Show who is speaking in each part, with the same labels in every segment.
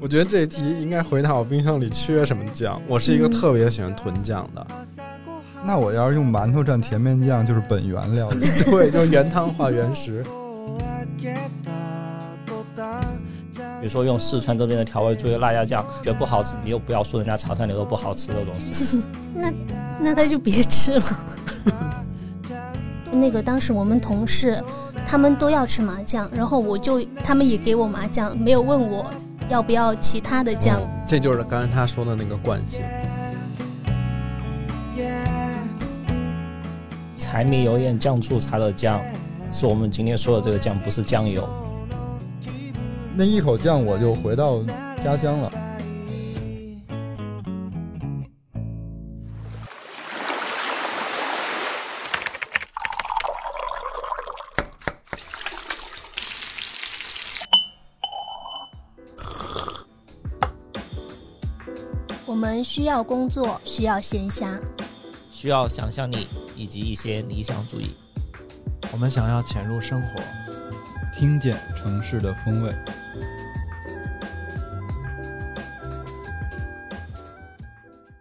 Speaker 1: 我觉得这一题应该回答我冰箱里缺什么酱。我是一
Speaker 2: 嗯
Speaker 1: 个特别喜欢囤酱的，
Speaker 3: 那我要是用馒头蘸甜面酱，就是本源料理。
Speaker 1: 对，就原汤化原食。
Speaker 4: 比如说用四川这边的调味作为辣椒酱，觉得不好吃，你又不要说人家潮汕牛肉不好吃的东西。
Speaker 2: 那那他就别吃了。 那个当时我们同事他们都要吃麻酱，然后我就他们也给我麻酱，没有问我要不要其他的酱。
Speaker 1: 嗯这就是刚才他说的那个惯性。
Speaker 4: 柴米油盐酱醋茶的酱，是我们今天说的这个酱，不是酱油。
Speaker 3: 那一口酱，我就回到家乡了。
Speaker 2: 我们需要工作，需要闲暇，
Speaker 5: 需要想象力以及一些理想主义。
Speaker 6: 我们想要潜入生活，
Speaker 3: 听见城市的风味。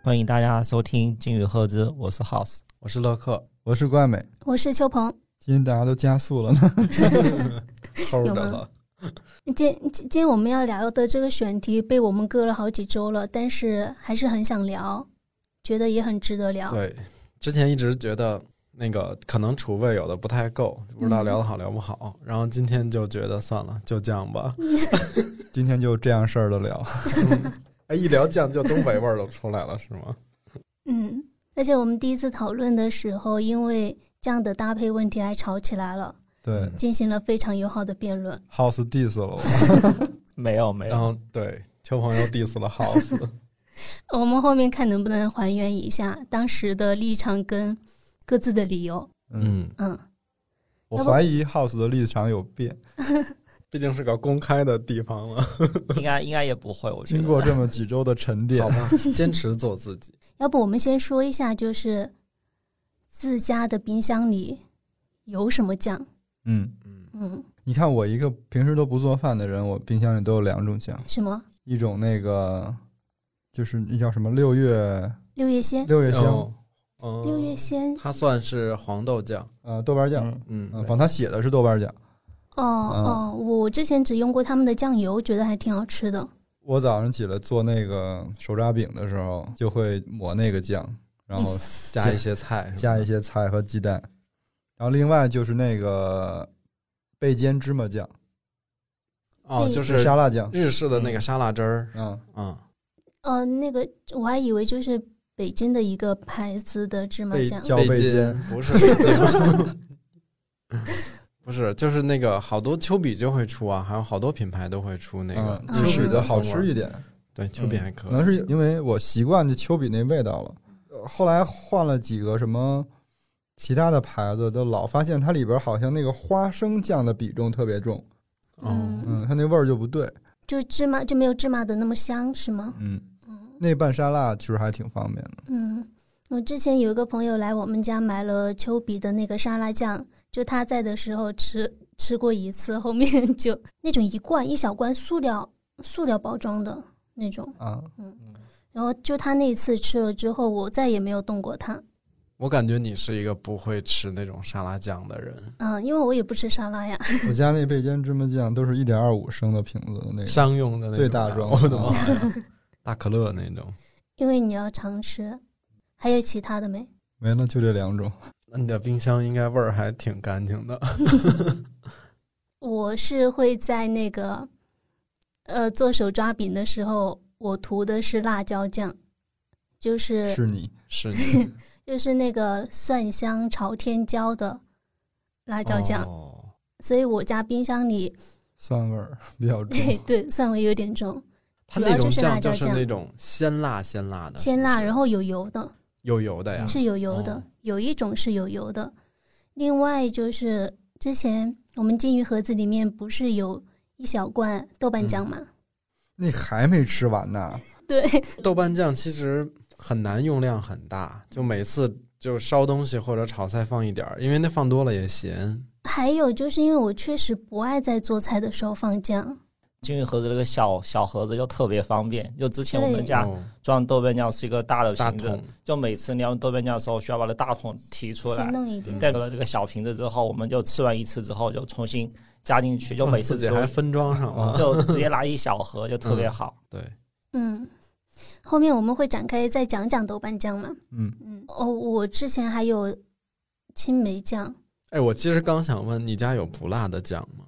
Speaker 4: 欢迎大家收听《金鱼赫兹》，我是 House。
Speaker 1: 我是乐克，
Speaker 3: 我是怪美，
Speaker 2: 我是秋鹏。
Speaker 3: 今天大家都加速了呢。
Speaker 1: 齁着
Speaker 2: 有吗
Speaker 1: 了。
Speaker 2: 今今今天我们要聊的这个选题被我们搁了好几周了，但是还是很想聊，觉得也很值得聊。
Speaker 1: 对，之前一直觉得那个可能储备有的不太够，不知道
Speaker 2: 嗯
Speaker 1: 聊得好聊不好。然后今天就觉得算了，就酱吧。
Speaker 3: 今天就这样事儿的聊，
Speaker 1: 哎，一聊酱就东北味儿都出来了，是吗？
Speaker 2: 嗯，而且我们第一次讨论的时候，因为这样的搭配问题还吵起来了，
Speaker 3: 对
Speaker 2: 进行了非常友好的辩论。
Speaker 3: ，House diss 了我。
Speaker 4: 没有 没
Speaker 1: 然
Speaker 4: 有，
Speaker 1: 后对，秋朋友 diss 了 House，
Speaker 2: 我们后面看能不能还原一下当时的立场跟各自的理由。
Speaker 3: 嗯，
Speaker 2: 嗯，
Speaker 3: 我怀疑 House 的立场有变。
Speaker 1: 毕竟是个公开的地方了，
Speaker 5: 应该应该也不会，我觉
Speaker 3: 经
Speaker 5: 得。
Speaker 3: 过这么几周的沉淀
Speaker 1: 好，吧，坚持做自己。
Speaker 2: 要不我们先说一下，就是自家的冰箱里有什么酱？
Speaker 3: 嗯，
Speaker 1: 嗯，
Speaker 2: 嗯，
Speaker 3: 你看我一个平时都不做饭的人，我冰箱里都有两种酱，
Speaker 2: 什么
Speaker 3: 一种那个就是那叫什么六月
Speaker 2: 六月鲜、
Speaker 3: 六月
Speaker 1: 然
Speaker 3: 香，
Speaker 1: 后，嗯，
Speaker 2: 六月鲜
Speaker 1: 它算是黄豆酱，
Speaker 3: 呃，豆瓣酱，
Speaker 4: 嗯
Speaker 1: 嗯，
Speaker 3: 嗯，反正他写的是豆瓣酱。
Speaker 2: 哦哦，我之前只用过他们的酱油，觉得还挺好吃的。
Speaker 3: 我早上起来做那个手抓饼的时候，就会抹那个酱，然
Speaker 2: 嗯
Speaker 3: 后
Speaker 1: 加一些菜是吧，
Speaker 3: 加一些菜和鸡蛋，然后另外就是那个焙煎芝麻酱，
Speaker 1: 哦，
Speaker 2: 对
Speaker 1: 就是
Speaker 3: 沙拉酱，
Speaker 1: 日式的那个沙拉汁儿，
Speaker 3: 嗯，
Speaker 1: 嗯，
Speaker 2: 呃，那个我还以为就是北京的一个牌子的芝麻
Speaker 1: 贝
Speaker 2: 酱，
Speaker 3: 叫贝
Speaker 1: 筋
Speaker 3: 煎
Speaker 1: 不是贝筋， 不是，就是那个好多丘比就会出啊，还有好多品牌都会出那个
Speaker 3: 嗯
Speaker 2: 日
Speaker 3: 丘
Speaker 2: 式
Speaker 3: 比的
Speaker 1: 风
Speaker 3: 好
Speaker 1: 味
Speaker 3: 吃一，点，嗯
Speaker 1: 对，丘比还可
Speaker 3: 可
Speaker 1: 以哦
Speaker 3: 能，是因为我习惯这丘比那味道了。呃后来换了几个什么其他的牌子，都老发现它里边好像那个花生酱的比重特别重，
Speaker 1: 嗯，
Speaker 3: 嗯，它那味儿就不对，
Speaker 2: 就芝麻就没有芝麻的那么香，是吗？
Speaker 3: 嗯，
Speaker 2: 嗯
Speaker 3: 那拌沙拉其实还挺方便的，
Speaker 2: 嗯，我之前有一个朋友来我们家买了丘比的那个沙拉酱，就他在的时候吃吃过一次，后面 就那种一罐一小罐塑料塑料包装的那种，
Speaker 3: 啊，
Speaker 2: 然后就他那一次吃了之后，我再也没有动过它。
Speaker 1: 我感觉你是一个不会吃那种沙拉酱的人，
Speaker 2: 嗯，因为我也不吃沙拉呀。
Speaker 3: 我家那焙煎芝麻酱都是一点二五升的瓶子的那个，
Speaker 1: 商用的那种
Speaker 3: 最大装
Speaker 1: 我的妈呀，大可乐那种，
Speaker 2: 因为你要常吃。还有其他的没？
Speaker 3: 没了就这两种。
Speaker 1: 那你的冰箱应该味儿还挺干净的，
Speaker 2: 我是会在那个，呃，做手抓饼的时候，我涂的是辣椒酱，就是
Speaker 3: 是你
Speaker 1: 是你
Speaker 2: 就是那个蒜香朝天椒的 辣椒酱，
Speaker 1: 哦
Speaker 2: 所以我家冰箱 里
Speaker 3: 蒜味儿比较重，
Speaker 1: 嗯
Speaker 2: 对 对蒜味有点重，
Speaker 1: 它
Speaker 2: 主
Speaker 1: 那
Speaker 2: 要
Speaker 1: 种
Speaker 2: 就是辣
Speaker 1: 酱
Speaker 2: 椒
Speaker 1: 就是
Speaker 2: 酱
Speaker 1: 那种鲜辣鲜辣的，
Speaker 2: 鲜辣，然
Speaker 1: 后
Speaker 2: 后有油的，
Speaker 1: 有油的呀，
Speaker 2: 是有油的
Speaker 1: 哦，
Speaker 2: 有一种是有油的，另外就是之前我们金鱼盒子里面不是有一小罐豆瓣酱
Speaker 1: 嗯
Speaker 2: 嘛？
Speaker 3: 那还没吃完呢，
Speaker 2: 对，
Speaker 1: 豆瓣酱其实很难用量很大，就每次就烧东西或者炒菜放一点儿，因为那放多了也咸。
Speaker 2: 还有就是因为我确实不爱在做菜的时候放酱，
Speaker 4: 金鱼盒子那个小小盒子就特别方便。就之前我们
Speaker 2: 对
Speaker 4: 家
Speaker 1: 哦
Speaker 4: 装豆瓣酱是一个大啊的
Speaker 1: 大
Speaker 4: 瓶子
Speaker 1: 桶，，
Speaker 4: 就每次你要用豆瓣酱的时候，需要把那大桶提出来
Speaker 2: 先，弄一
Speaker 1: 嗯
Speaker 2: 点。
Speaker 4: 带走了这个小瓶子之后，我们就吃完一次之后就重新加进去，就 每次
Speaker 1: 哦自己
Speaker 4: 吃
Speaker 1: 还分啊装上了，
Speaker 4: 就直接拿一小盒，就特别好。
Speaker 1: 对，
Speaker 2: 嗯，后面我们会展开再讲讲豆瓣酱嘛。
Speaker 3: 嗯，
Speaker 2: 嗯，哦，我之前还有青梅酱，
Speaker 1: 哎，我其实刚想问，你家有不辣的酱吗？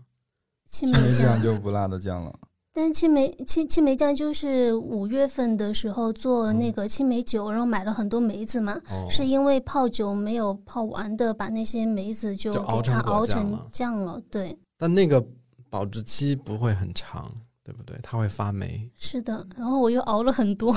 Speaker 2: 青梅
Speaker 3: 没酱
Speaker 2: 酱，
Speaker 3: 就不辣的酱了。
Speaker 2: 但是青梅青青梅酱就是五月份的时候做那个青梅酒，然后买了很多梅子嘛。
Speaker 1: 嗯哦，
Speaker 2: 是因为泡酒没有泡完的，把那些梅子就
Speaker 1: 就
Speaker 2: 给
Speaker 1: 熬成
Speaker 2: 它
Speaker 1: 果
Speaker 2: 熬
Speaker 1: 酱
Speaker 2: 成
Speaker 1: 了
Speaker 2: 酱了。对，
Speaker 1: 但那个保质期不会很长，对不对？它会发霉。
Speaker 2: 是的。然后我又熬了很多，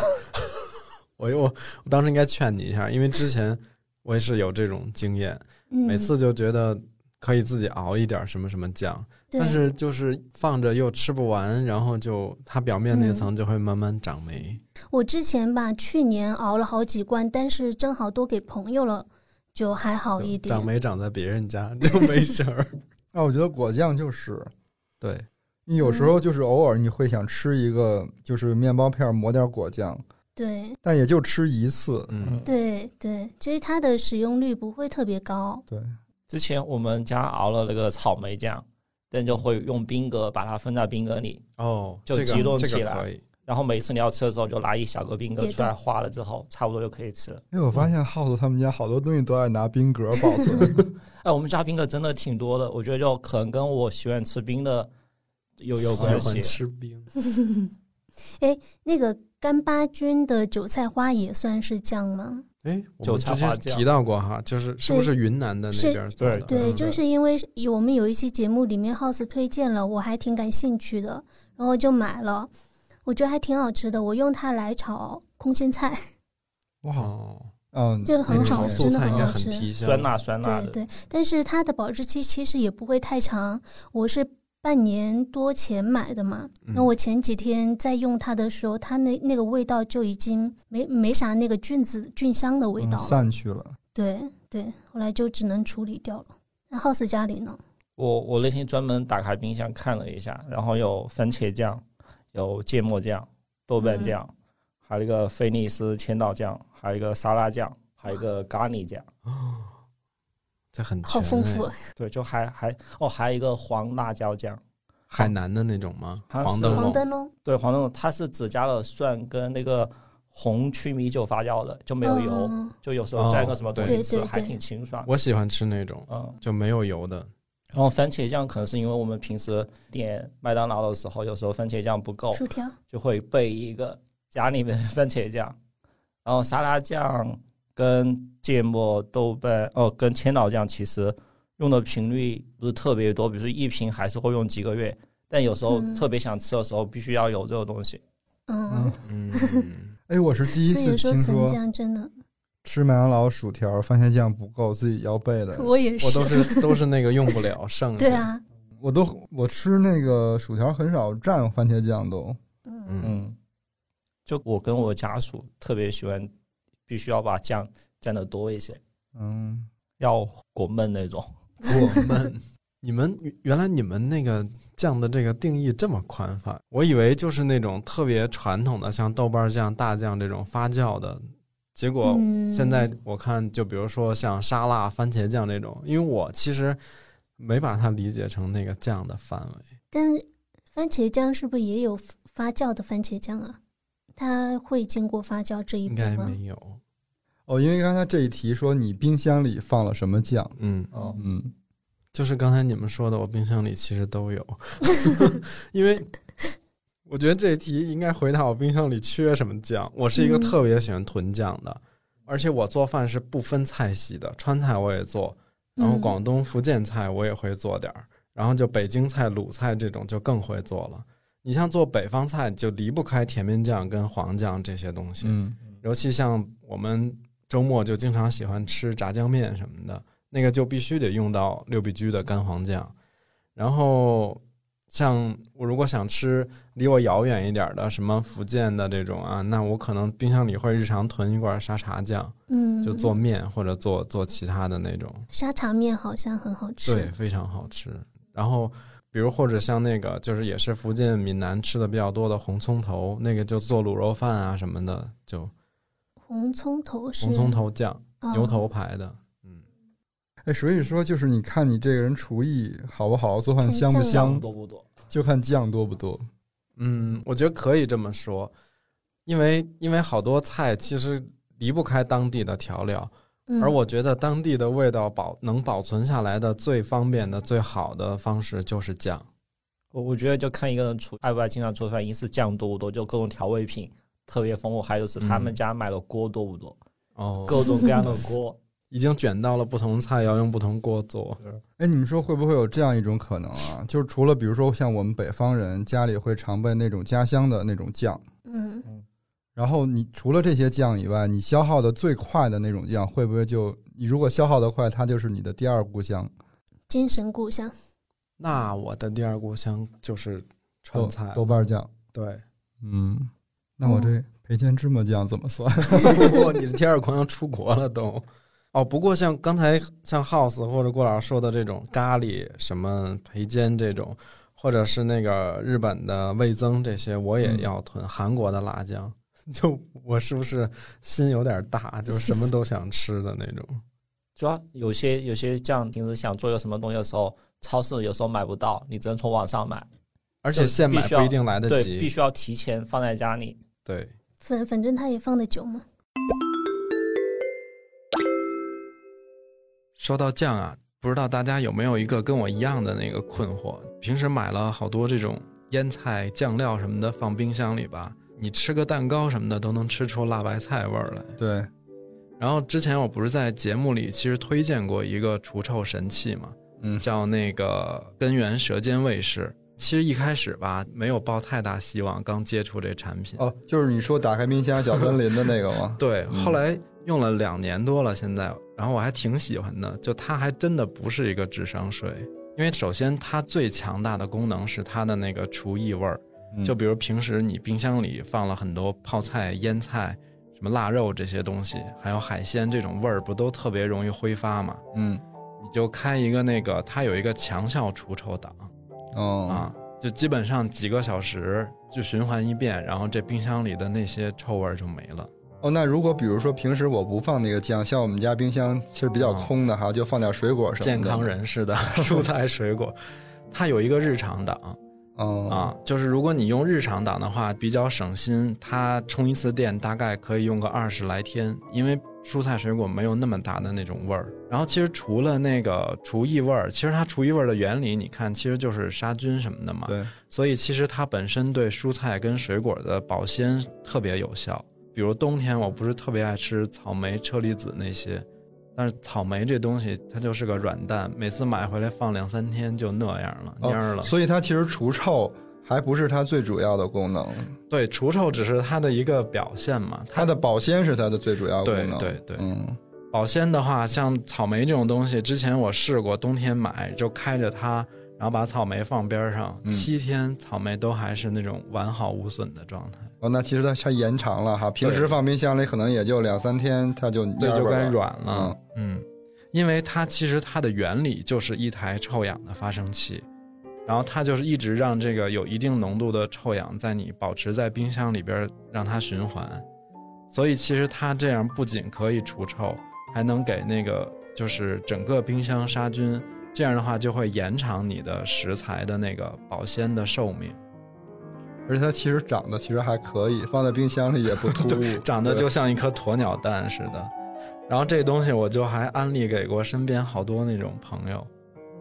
Speaker 1: 我又我我当时应该劝你一下，因为之前我也是有这种经验，
Speaker 2: 嗯、
Speaker 1: 每次就觉得可以自己熬一点什么什么酱，
Speaker 2: 对
Speaker 1: 但是就是放着又吃不完，然后就它表面那
Speaker 2: 嗯
Speaker 1: 层就会慢慢长霉。
Speaker 2: 我之前吧，去年熬了好几罐，但是正好都给朋友了，就还好一
Speaker 1: 就
Speaker 2: 点
Speaker 1: 长。霉长在别人家就 没事儿。
Speaker 3: 那啊我觉得果酱就是，
Speaker 1: 对，
Speaker 3: 你有时
Speaker 2: 嗯
Speaker 3: 候就是偶尔你会想吃一个，就是面包片抹点果酱，
Speaker 2: 对
Speaker 3: 但也就吃一次。
Speaker 1: 嗯，
Speaker 2: 对对，就是它的使用率不会特别高。
Speaker 3: 对，
Speaker 4: 之前我们家熬了那个草莓酱，但就会用冰格把它分在冰格里，
Speaker 1: 哦，
Speaker 4: 就
Speaker 1: 这
Speaker 4: 激动
Speaker 1: 个这
Speaker 4: 起
Speaker 1: 个
Speaker 4: 来
Speaker 1: 可以，
Speaker 4: 然后每次你要吃的时候就拿一小个冰格
Speaker 2: 解冻
Speaker 4: 出来化了之后，差不多就可以吃了。
Speaker 3: 哎因为我发现耗子他们家好多东西都爱拿冰格 保存，
Speaker 4: 哎，我们家冰格真的挺多的，我觉得就可能跟我喜欢吃冰的有有关
Speaker 1: 喜
Speaker 4: 系
Speaker 1: 欢。吃冰。
Speaker 4: 嗯
Speaker 2: 那个干巴菌的韭菜花也算是酱吗？
Speaker 1: 哎，我
Speaker 4: 韭
Speaker 1: 们
Speaker 4: 菜
Speaker 1: 之
Speaker 4: 花
Speaker 1: 前
Speaker 4: 酱
Speaker 1: 提到过哈，就是是不是云南的那
Speaker 2: 是
Speaker 1: 边儿做的？
Speaker 2: 对，
Speaker 1: 嗯
Speaker 2: 就是因为是有我们有一期节目里面 House 推荐了，我还挺感兴趣的，然后就买了，我觉得还挺好吃的。我用它来炒空心菜，
Speaker 3: 哇，
Speaker 1: 哦，
Speaker 3: 嗯，
Speaker 2: 就很
Speaker 1: 那
Speaker 2: 好
Speaker 1: 炒
Speaker 2: 吃
Speaker 1: 素
Speaker 2: 哦真的
Speaker 1: 菜应
Speaker 2: 很
Speaker 1: 该
Speaker 2: 好
Speaker 1: 很
Speaker 2: 吃
Speaker 1: 提香。
Speaker 4: 酸辣酸辣
Speaker 2: 对
Speaker 4: 的，
Speaker 2: 对，但是它的保质期其实也不会太长，我是半年多前买的嘛，那
Speaker 1: 嗯
Speaker 2: 我前几天在用它的时候，它那那个味道就已经没没啥那个菌子菌香的味
Speaker 3: 嗯
Speaker 2: 道了，
Speaker 3: 散去了。
Speaker 2: 对对，后来就只能处理掉了。那 House 家里呢？
Speaker 4: 我我那天专门打开冰箱看了一下，然后有番茄酱，有芥末酱、豆
Speaker 2: 嗯
Speaker 4: 瓣酱，还有一个菲尼斯千岛酱，还有一个沙拉酱，还有一个咖喱酱。
Speaker 1: 哦这很
Speaker 2: 好
Speaker 1: 全
Speaker 2: 丰
Speaker 1: 哎
Speaker 2: 富，啊
Speaker 4: 对，就还还哦，还有一个黄辣椒酱。
Speaker 1: 海南的那种吗？
Speaker 4: 它是
Speaker 1: 黄灯
Speaker 2: 黄
Speaker 1: 笼
Speaker 2: 灯笼，
Speaker 4: 对，黄豆它是只加了蒜跟那个红曲米酒发酵的，就没有油，
Speaker 2: 嗯
Speaker 4: 就有时候蘸个什么东
Speaker 2: 哦
Speaker 4: 西
Speaker 2: 对
Speaker 4: 吃
Speaker 2: 对
Speaker 4: 还
Speaker 2: 对
Speaker 4: 挺清爽的。
Speaker 1: 我喜欢吃那种
Speaker 4: 嗯，
Speaker 1: 就没有油的。
Speaker 4: 然后番茄酱可能是因为我们平时点麦当劳的时候，有时候番茄酱不够，
Speaker 2: 薯条，
Speaker 4: 就会备一个家里面的番茄酱，然后沙拉酱跟芥末豆瓣哦跟千岛酱其实用的频率不是特别多，比如说一瓶还是会用几个月，但有时候
Speaker 2: 嗯
Speaker 4: 特别想吃的时候必须要有这个东西。
Speaker 2: 嗯，
Speaker 1: 嗯，
Speaker 3: 哎，我是第一
Speaker 2: 所以
Speaker 3: 次
Speaker 2: 有时候
Speaker 3: 听
Speaker 2: 存
Speaker 3: 说
Speaker 2: 酱真的，
Speaker 3: 吃麦当劳薯条番茄酱不够，自己要备的。
Speaker 2: 我也
Speaker 1: 我都是都是那个用不了 剩
Speaker 2: 对
Speaker 1: 下。
Speaker 2: 啊，
Speaker 3: 我都我吃那个薯条很少蘸番茄酱都，
Speaker 2: 嗯，
Speaker 1: 嗯，
Speaker 4: 嗯，就我跟我家属特别喜欢，必须要把酱蘸的多一些，
Speaker 3: 嗯，
Speaker 4: 要裹闷那种。
Speaker 1: 我们你们原来你们那个酱的这个定义这么宽泛，我以为就是那种特别传统的，像豆瓣酱、大酱这种发酵的。结果
Speaker 2: 嗯
Speaker 1: 现在我看，就比如说像沙拉、番茄酱这种，因为我其实没把它理解成那个酱的范围。
Speaker 2: 但番茄酱是不是也有发酵的番茄酱啊？它会经过发酵这一
Speaker 1: 应
Speaker 2: 步
Speaker 1: 该
Speaker 2: 吗？
Speaker 1: 没有。
Speaker 3: 哦，因为刚才这一题说你冰箱里放了什么酱，
Speaker 1: 嗯，
Speaker 4: 哦
Speaker 3: 嗯，
Speaker 1: 就是刚才你们说的，我冰箱里其实都有， 因为我觉得这题应该回答我冰箱里缺什么酱。我是一个
Speaker 2: 嗯
Speaker 1: 特别喜欢囤酱的，而且我做饭是不分菜系的，川菜我也做，然后
Speaker 2: 嗯
Speaker 1: 广东、福建菜我也会做点儿，然后就北京菜、鲁菜这种就更会做了。你像做北方菜，就离不开甜面酱跟黄酱这些东西。
Speaker 3: 嗯，
Speaker 1: 尤其像我们周末就经常喜欢吃炸酱面什么的，那个就必须得用到六必居的干黄酱。然后像我如果想吃离我遥远一点的，什么福建的这种啊，那我可能冰箱里会日常囤一罐沙茶酱，
Speaker 2: 嗯，
Speaker 1: 就做面或者做做其他的那种，
Speaker 2: 沙茶面好像很好吃，
Speaker 1: 对，非常好吃。然后比如或者像那个就是也是福建闽南吃的比较多的红葱头，那个就做卤肉饭啊什么的，就
Speaker 2: 红葱头是
Speaker 1: 红葱头酱，
Speaker 2: 哦
Speaker 1: 牛头牌的，嗯，
Speaker 3: 哎，所以说就是你看你这个人厨艺好不好，做饭
Speaker 2: 看
Speaker 3: 香不
Speaker 2: 酱
Speaker 3: 香，
Speaker 4: 多不多？
Speaker 3: 就看酱多不多。
Speaker 1: 嗯，我觉得可以这么说，因为因为好多菜其实离不开当地的调料，
Speaker 2: 嗯
Speaker 1: 而我觉得当地的味道保能保存下来的最方便的、最好的方式就是酱。
Speaker 4: 我我觉得就看一个人出爱不爱经常做饭，一是酱多不多，就各种调味品特别丰富，还有是他们
Speaker 1: 嗯
Speaker 4: 家买的锅多不多，
Speaker 1: 哦，
Speaker 4: 各种 各样的锅。
Speaker 1: 已经卷到了不同菜要用不同锅做。
Speaker 3: 哎，你们说会不会有这样一种可能啊？就是除了比如说像我们北方人家里会常备那种家乡的那种酱，
Speaker 2: 嗯
Speaker 3: 然后你除了这些酱以外，你消耗的最快的那种酱，会不会就你如果消耗的快，它就是你的第二故乡？
Speaker 2: 精神故乡，
Speaker 1: 那我的第二故乡就是
Speaker 3: 豆
Speaker 1: 川菜，
Speaker 3: 豆瓣酱。
Speaker 1: 对。
Speaker 3: 嗯，那我这培建芝麻酱怎 么算？
Speaker 1: 哇，你的第二故乡出国了都。哦，不过像刚才像 House 或者郭老师说的这种咖喱、什么培煎这种，或者是那个日本的味增这些，我也
Speaker 3: 嗯
Speaker 1: 要囤、韩国的辣酱。 就我是不是心有点大，就是什么都想吃的那种。
Speaker 4: 主要有些有些酱，平时想做一个什么东西的时候，超市有时候买不到，你只能从网上买。
Speaker 1: 而且现买不一定来得
Speaker 4: 对，必
Speaker 1: 及。
Speaker 4: 须要提前放在家里。
Speaker 1: 对，
Speaker 2: 反反正它也放的久嘛，
Speaker 1: 说到酱啊，不知道大家有没有一个跟我一样的那个困惑？平时买了好多这种腌菜、酱料什么的，放冰箱里吧，你吃个蛋糕什么的都能吃出辣白菜味儿来。
Speaker 3: 对，
Speaker 1: 然后之前我不是在节目里其实推荐过一个除臭神器嘛，
Speaker 3: 嗯
Speaker 1: 叫那个根源舌尖卫士。其实一开始吧，没有抱太大希望，刚接触这产品。？
Speaker 3: 哦，就是你说打开冰箱小森林的那个吗
Speaker 1: 对，
Speaker 3: 嗯
Speaker 1: 后来用了两年多了，现在，然后我还挺喜欢的，就它还真的不是一个智商税，因为首先它最强大的功能是它的那个除异味儿，
Speaker 3: 嗯
Speaker 1: 就比如平时你冰箱里放了很多泡菜、腌菜、什么腊肉这些东西，还有海鲜这种味儿，不都特别容易挥发嘛？
Speaker 3: 嗯
Speaker 1: 你就开一个那个，它有一个强效除臭档
Speaker 3: 哦
Speaker 1: 啊，就基本上几个小时就循环一遍，然后这冰箱里的那些臭味儿就没了。
Speaker 3: 哦，那如果比如说平时我不放那个酱，像我们家冰箱其实比较空的哈，就放点水果什么的。
Speaker 1: 健康人士的 蔬菜水果，它有一个日常档
Speaker 3: 哦
Speaker 1: 啊，就是如果你用日常档的话，比较省心，它充一次电大概可以用个二十来天，因为蔬菜水果没有那么大的那种味儿。然后其实除了那个除异味儿，其实它除异味儿的原理，你看其实就是杀菌什么的嘛，
Speaker 3: 对，
Speaker 1: 所以其实它本身对蔬菜跟水果的保鲜特别有效。比如冬天我不是特别爱吃草莓、车厘子那些，但是草莓这东西它就是个软蛋，每次买回来放两三天就那样了，
Speaker 3: 哦
Speaker 1: 蔫儿了。
Speaker 3: 所以它其实除臭还不是它最主要的功能，
Speaker 1: 对，除臭只是它的一个表现嘛。
Speaker 3: 它的保鲜是它的最主要功
Speaker 1: 对
Speaker 3: 能。
Speaker 1: 对对，
Speaker 3: 嗯，
Speaker 1: 保鲜的话，像草莓这种东西，之前我试过，冬天买就开着它，然后把草莓放边上，
Speaker 3: 嗯
Speaker 1: 七天草莓都还是那种完好无损的状态，
Speaker 3: 哦，那其实它它延长了哈，平时放冰箱里可能也就两三天，它就
Speaker 1: 对，
Speaker 3: 蔫
Speaker 1: 就
Speaker 3: 巴
Speaker 1: 该
Speaker 3: 了
Speaker 1: 软了。嗯，因为它其实它的原理就是一台臭氧的发生器，然后它就是一直让这个有一定浓度的臭氧在你保持在冰箱里边，让它循环。所以其实它这样不仅可以除臭，还能给那个就是整个冰箱杀菌。这样的话就会延长你的食材的那个保鲜的寿命，
Speaker 3: 而且它其实长得其实还可以，放在冰箱里也 不突兀，
Speaker 1: 长得
Speaker 3: 对
Speaker 1: 就像一颗鸵鸟蛋似的。然后这东西我就还安利给过身边好多那种朋友，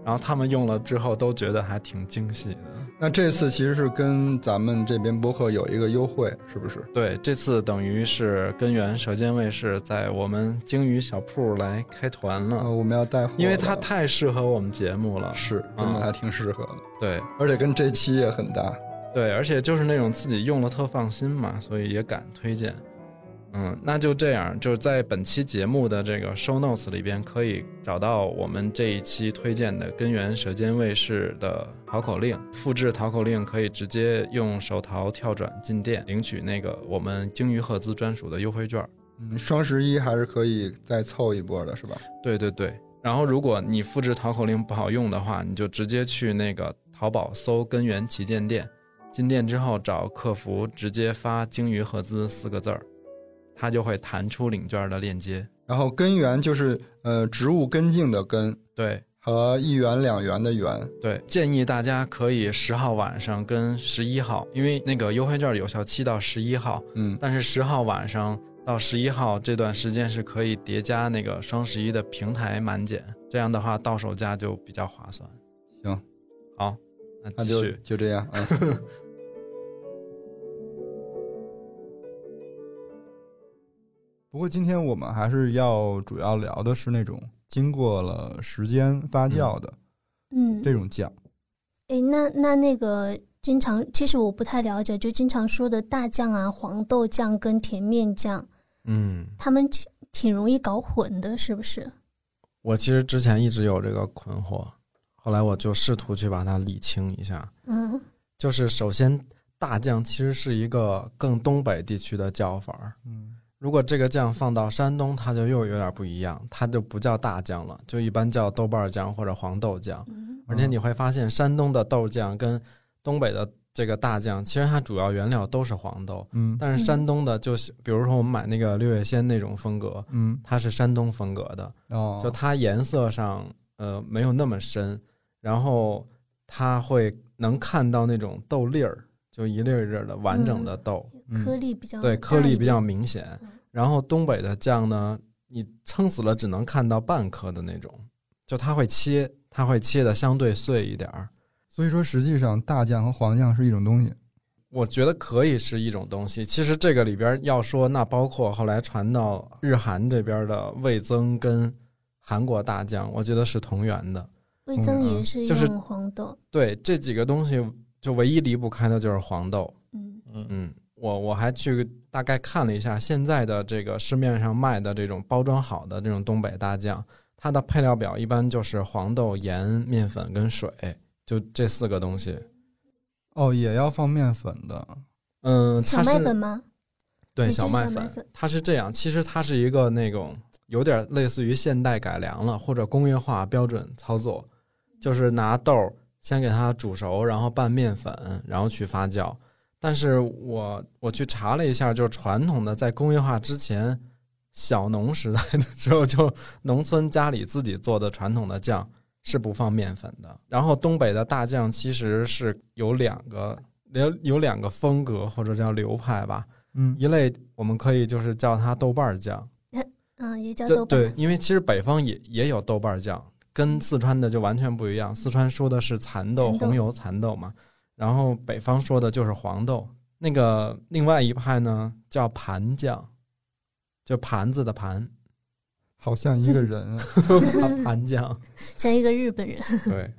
Speaker 1: 然后他们用了之后都觉得还挺惊喜的。
Speaker 3: 那这次其实是跟咱们这边播客有一个优惠，是不是？
Speaker 1: 对，这次等于是根源舌尖卫视在我们鲸鱼小铺来开团
Speaker 3: 呃，
Speaker 1: 了，
Speaker 3: 我们要带货了，
Speaker 1: 因为它太适合我们节目了。
Speaker 3: 是真的
Speaker 1: 嗯
Speaker 3: 还挺适合的，
Speaker 1: 对
Speaker 3: 而且跟这期也很搭。
Speaker 1: 对，而且就是那种自己用了特放心嘛，所以也敢推荐。嗯，那就这样，就是在本期节目的这个 show notes 里边可以找到我们这一期推荐的根源舌尖卫士的淘口令，复制淘口令可以直接用手淘跳转进店领取那个我们鲸鱼赫兹专属的优惠券。
Speaker 3: 嗯，双十一还是可以再凑一波的，是吧？
Speaker 1: 对对对。然后，如果你复制淘口令不好用的话，你就直接去那个淘宝搜“根源旗舰店”，进店之后找客服直接发“鲸鱼赫兹”四个字儿，它就会弹出领券的链接。
Speaker 3: 然后根源就是呃植物根茎的根
Speaker 1: 对
Speaker 3: 和一元两元的元，
Speaker 1: 对，建议大家可以十号晚上跟十一号，因为那个优惠券有效期到十一号，
Speaker 3: 嗯，
Speaker 1: 但是十号晚上到十一号这段时间是可以叠加那个双十一的平台满减，这样的话到手价就比较划算。
Speaker 3: 行，
Speaker 1: 好，那
Speaker 3: 那
Speaker 1: 继
Speaker 3: 就
Speaker 1: 续。
Speaker 3: 就这样啊。 不过今天我们还是要主要聊的是那种经过了时间发酵的
Speaker 2: 嗯，
Speaker 3: 这种酱，
Speaker 2: 诶，那那那个经常，其实我不太了解，就经常说的大酱啊、黄豆酱跟甜面酱，
Speaker 1: 嗯，
Speaker 2: 他们挺挺容易搞混的，是不是？
Speaker 1: 我其实之前一直有这个困惑，后来我就试图去把它理清一下。
Speaker 2: 嗯
Speaker 1: 就是首先，大酱其实是一个更东北地区的叫法儿。
Speaker 3: 嗯，
Speaker 1: 如果这个酱放到山东，它就又有点不一样，它就不叫大酱了，就一般叫豆瓣酱或者黄豆酱。
Speaker 2: 嗯
Speaker 1: 而且你会发现，山东的豆酱跟东北的这个大酱，其实它主要原料都是黄豆，
Speaker 3: 嗯
Speaker 1: 但是山东的就是，比如说我们买那个六月鲜那种风格，
Speaker 3: 嗯
Speaker 1: 它是山东风格的，
Speaker 3: 哦，
Speaker 1: 就它颜色上呃没有那么深，然后它会能看到那种豆粒儿，就一粒儿一粒儿的完整的豆，
Speaker 2: 颗粒比较
Speaker 1: 嗯对，颗
Speaker 2: 大
Speaker 1: 粒
Speaker 2: 嗯一
Speaker 1: 比较
Speaker 2: 点
Speaker 1: 明显
Speaker 2: 嗯。
Speaker 1: 然后东北的酱呢，你撑死了只能看到半颗的那种，就它会切，它会切的相对碎一点儿。
Speaker 3: 所以说实际上大酱和黄酱是一种东西，
Speaker 1: 我觉得可以是一种东西。其实这个里边要说，那包括后来传到日韩这边的味增跟韩国大酱，我觉得是同源的。
Speaker 2: 味增
Speaker 3: 嗯
Speaker 2: 也是
Speaker 1: 就是
Speaker 2: 用黄豆，
Speaker 1: 对这几个东西，就唯一离不开的就是黄豆。
Speaker 2: 嗯
Speaker 4: 嗯，
Speaker 1: 嗯，我我还去大概看了一下现在的这个市面上卖的这种包装好的这种东北大酱，它的配料表一般就是黄豆、盐、面粉跟水，就这四个东西。
Speaker 3: 哦，也要放面粉的，
Speaker 1: 嗯，
Speaker 2: 小
Speaker 1: 它
Speaker 2: 麦粉
Speaker 1: 是
Speaker 2: 吗？
Speaker 1: 对
Speaker 2: 你这
Speaker 1: 小
Speaker 2: 是
Speaker 1: 麦
Speaker 2: 小麦
Speaker 1: 粉
Speaker 2: 粉，
Speaker 1: 它是这样，其实它是一个那种有点类似于现代改良了或者工业化标准操作，就是拿豆儿先给它煮熟，然后拌面粉，然后去发酵。但是我我去查了一下，就是传统的在工业化之前，小农时代的时候，就农村家里自己做的传统的酱是不放面粉的。然后东北的大酱其实是有两个有有两个风格或者叫流派吧，
Speaker 3: 嗯
Speaker 1: 一类我们可以就是叫它豆瓣儿酱，
Speaker 2: 嗯，也叫
Speaker 1: 就
Speaker 2: 豆瓣
Speaker 1: 对，因为其实北方也也有豆瓣儿酱，跟四川的就完全不一样。四川说的是蚕豆、
Speaker 2: 蚕豆
Speaker 1: 红油蚕豆嘛，然后北方说的就是黄豆。那个另外一派呢叫盘酱，就盘子的盘，
Speaker 3: 好像一个人啊，
Speaker 1: 盘酱。
Speaker 2: 像一个日 本人。
Speaker 1: 对，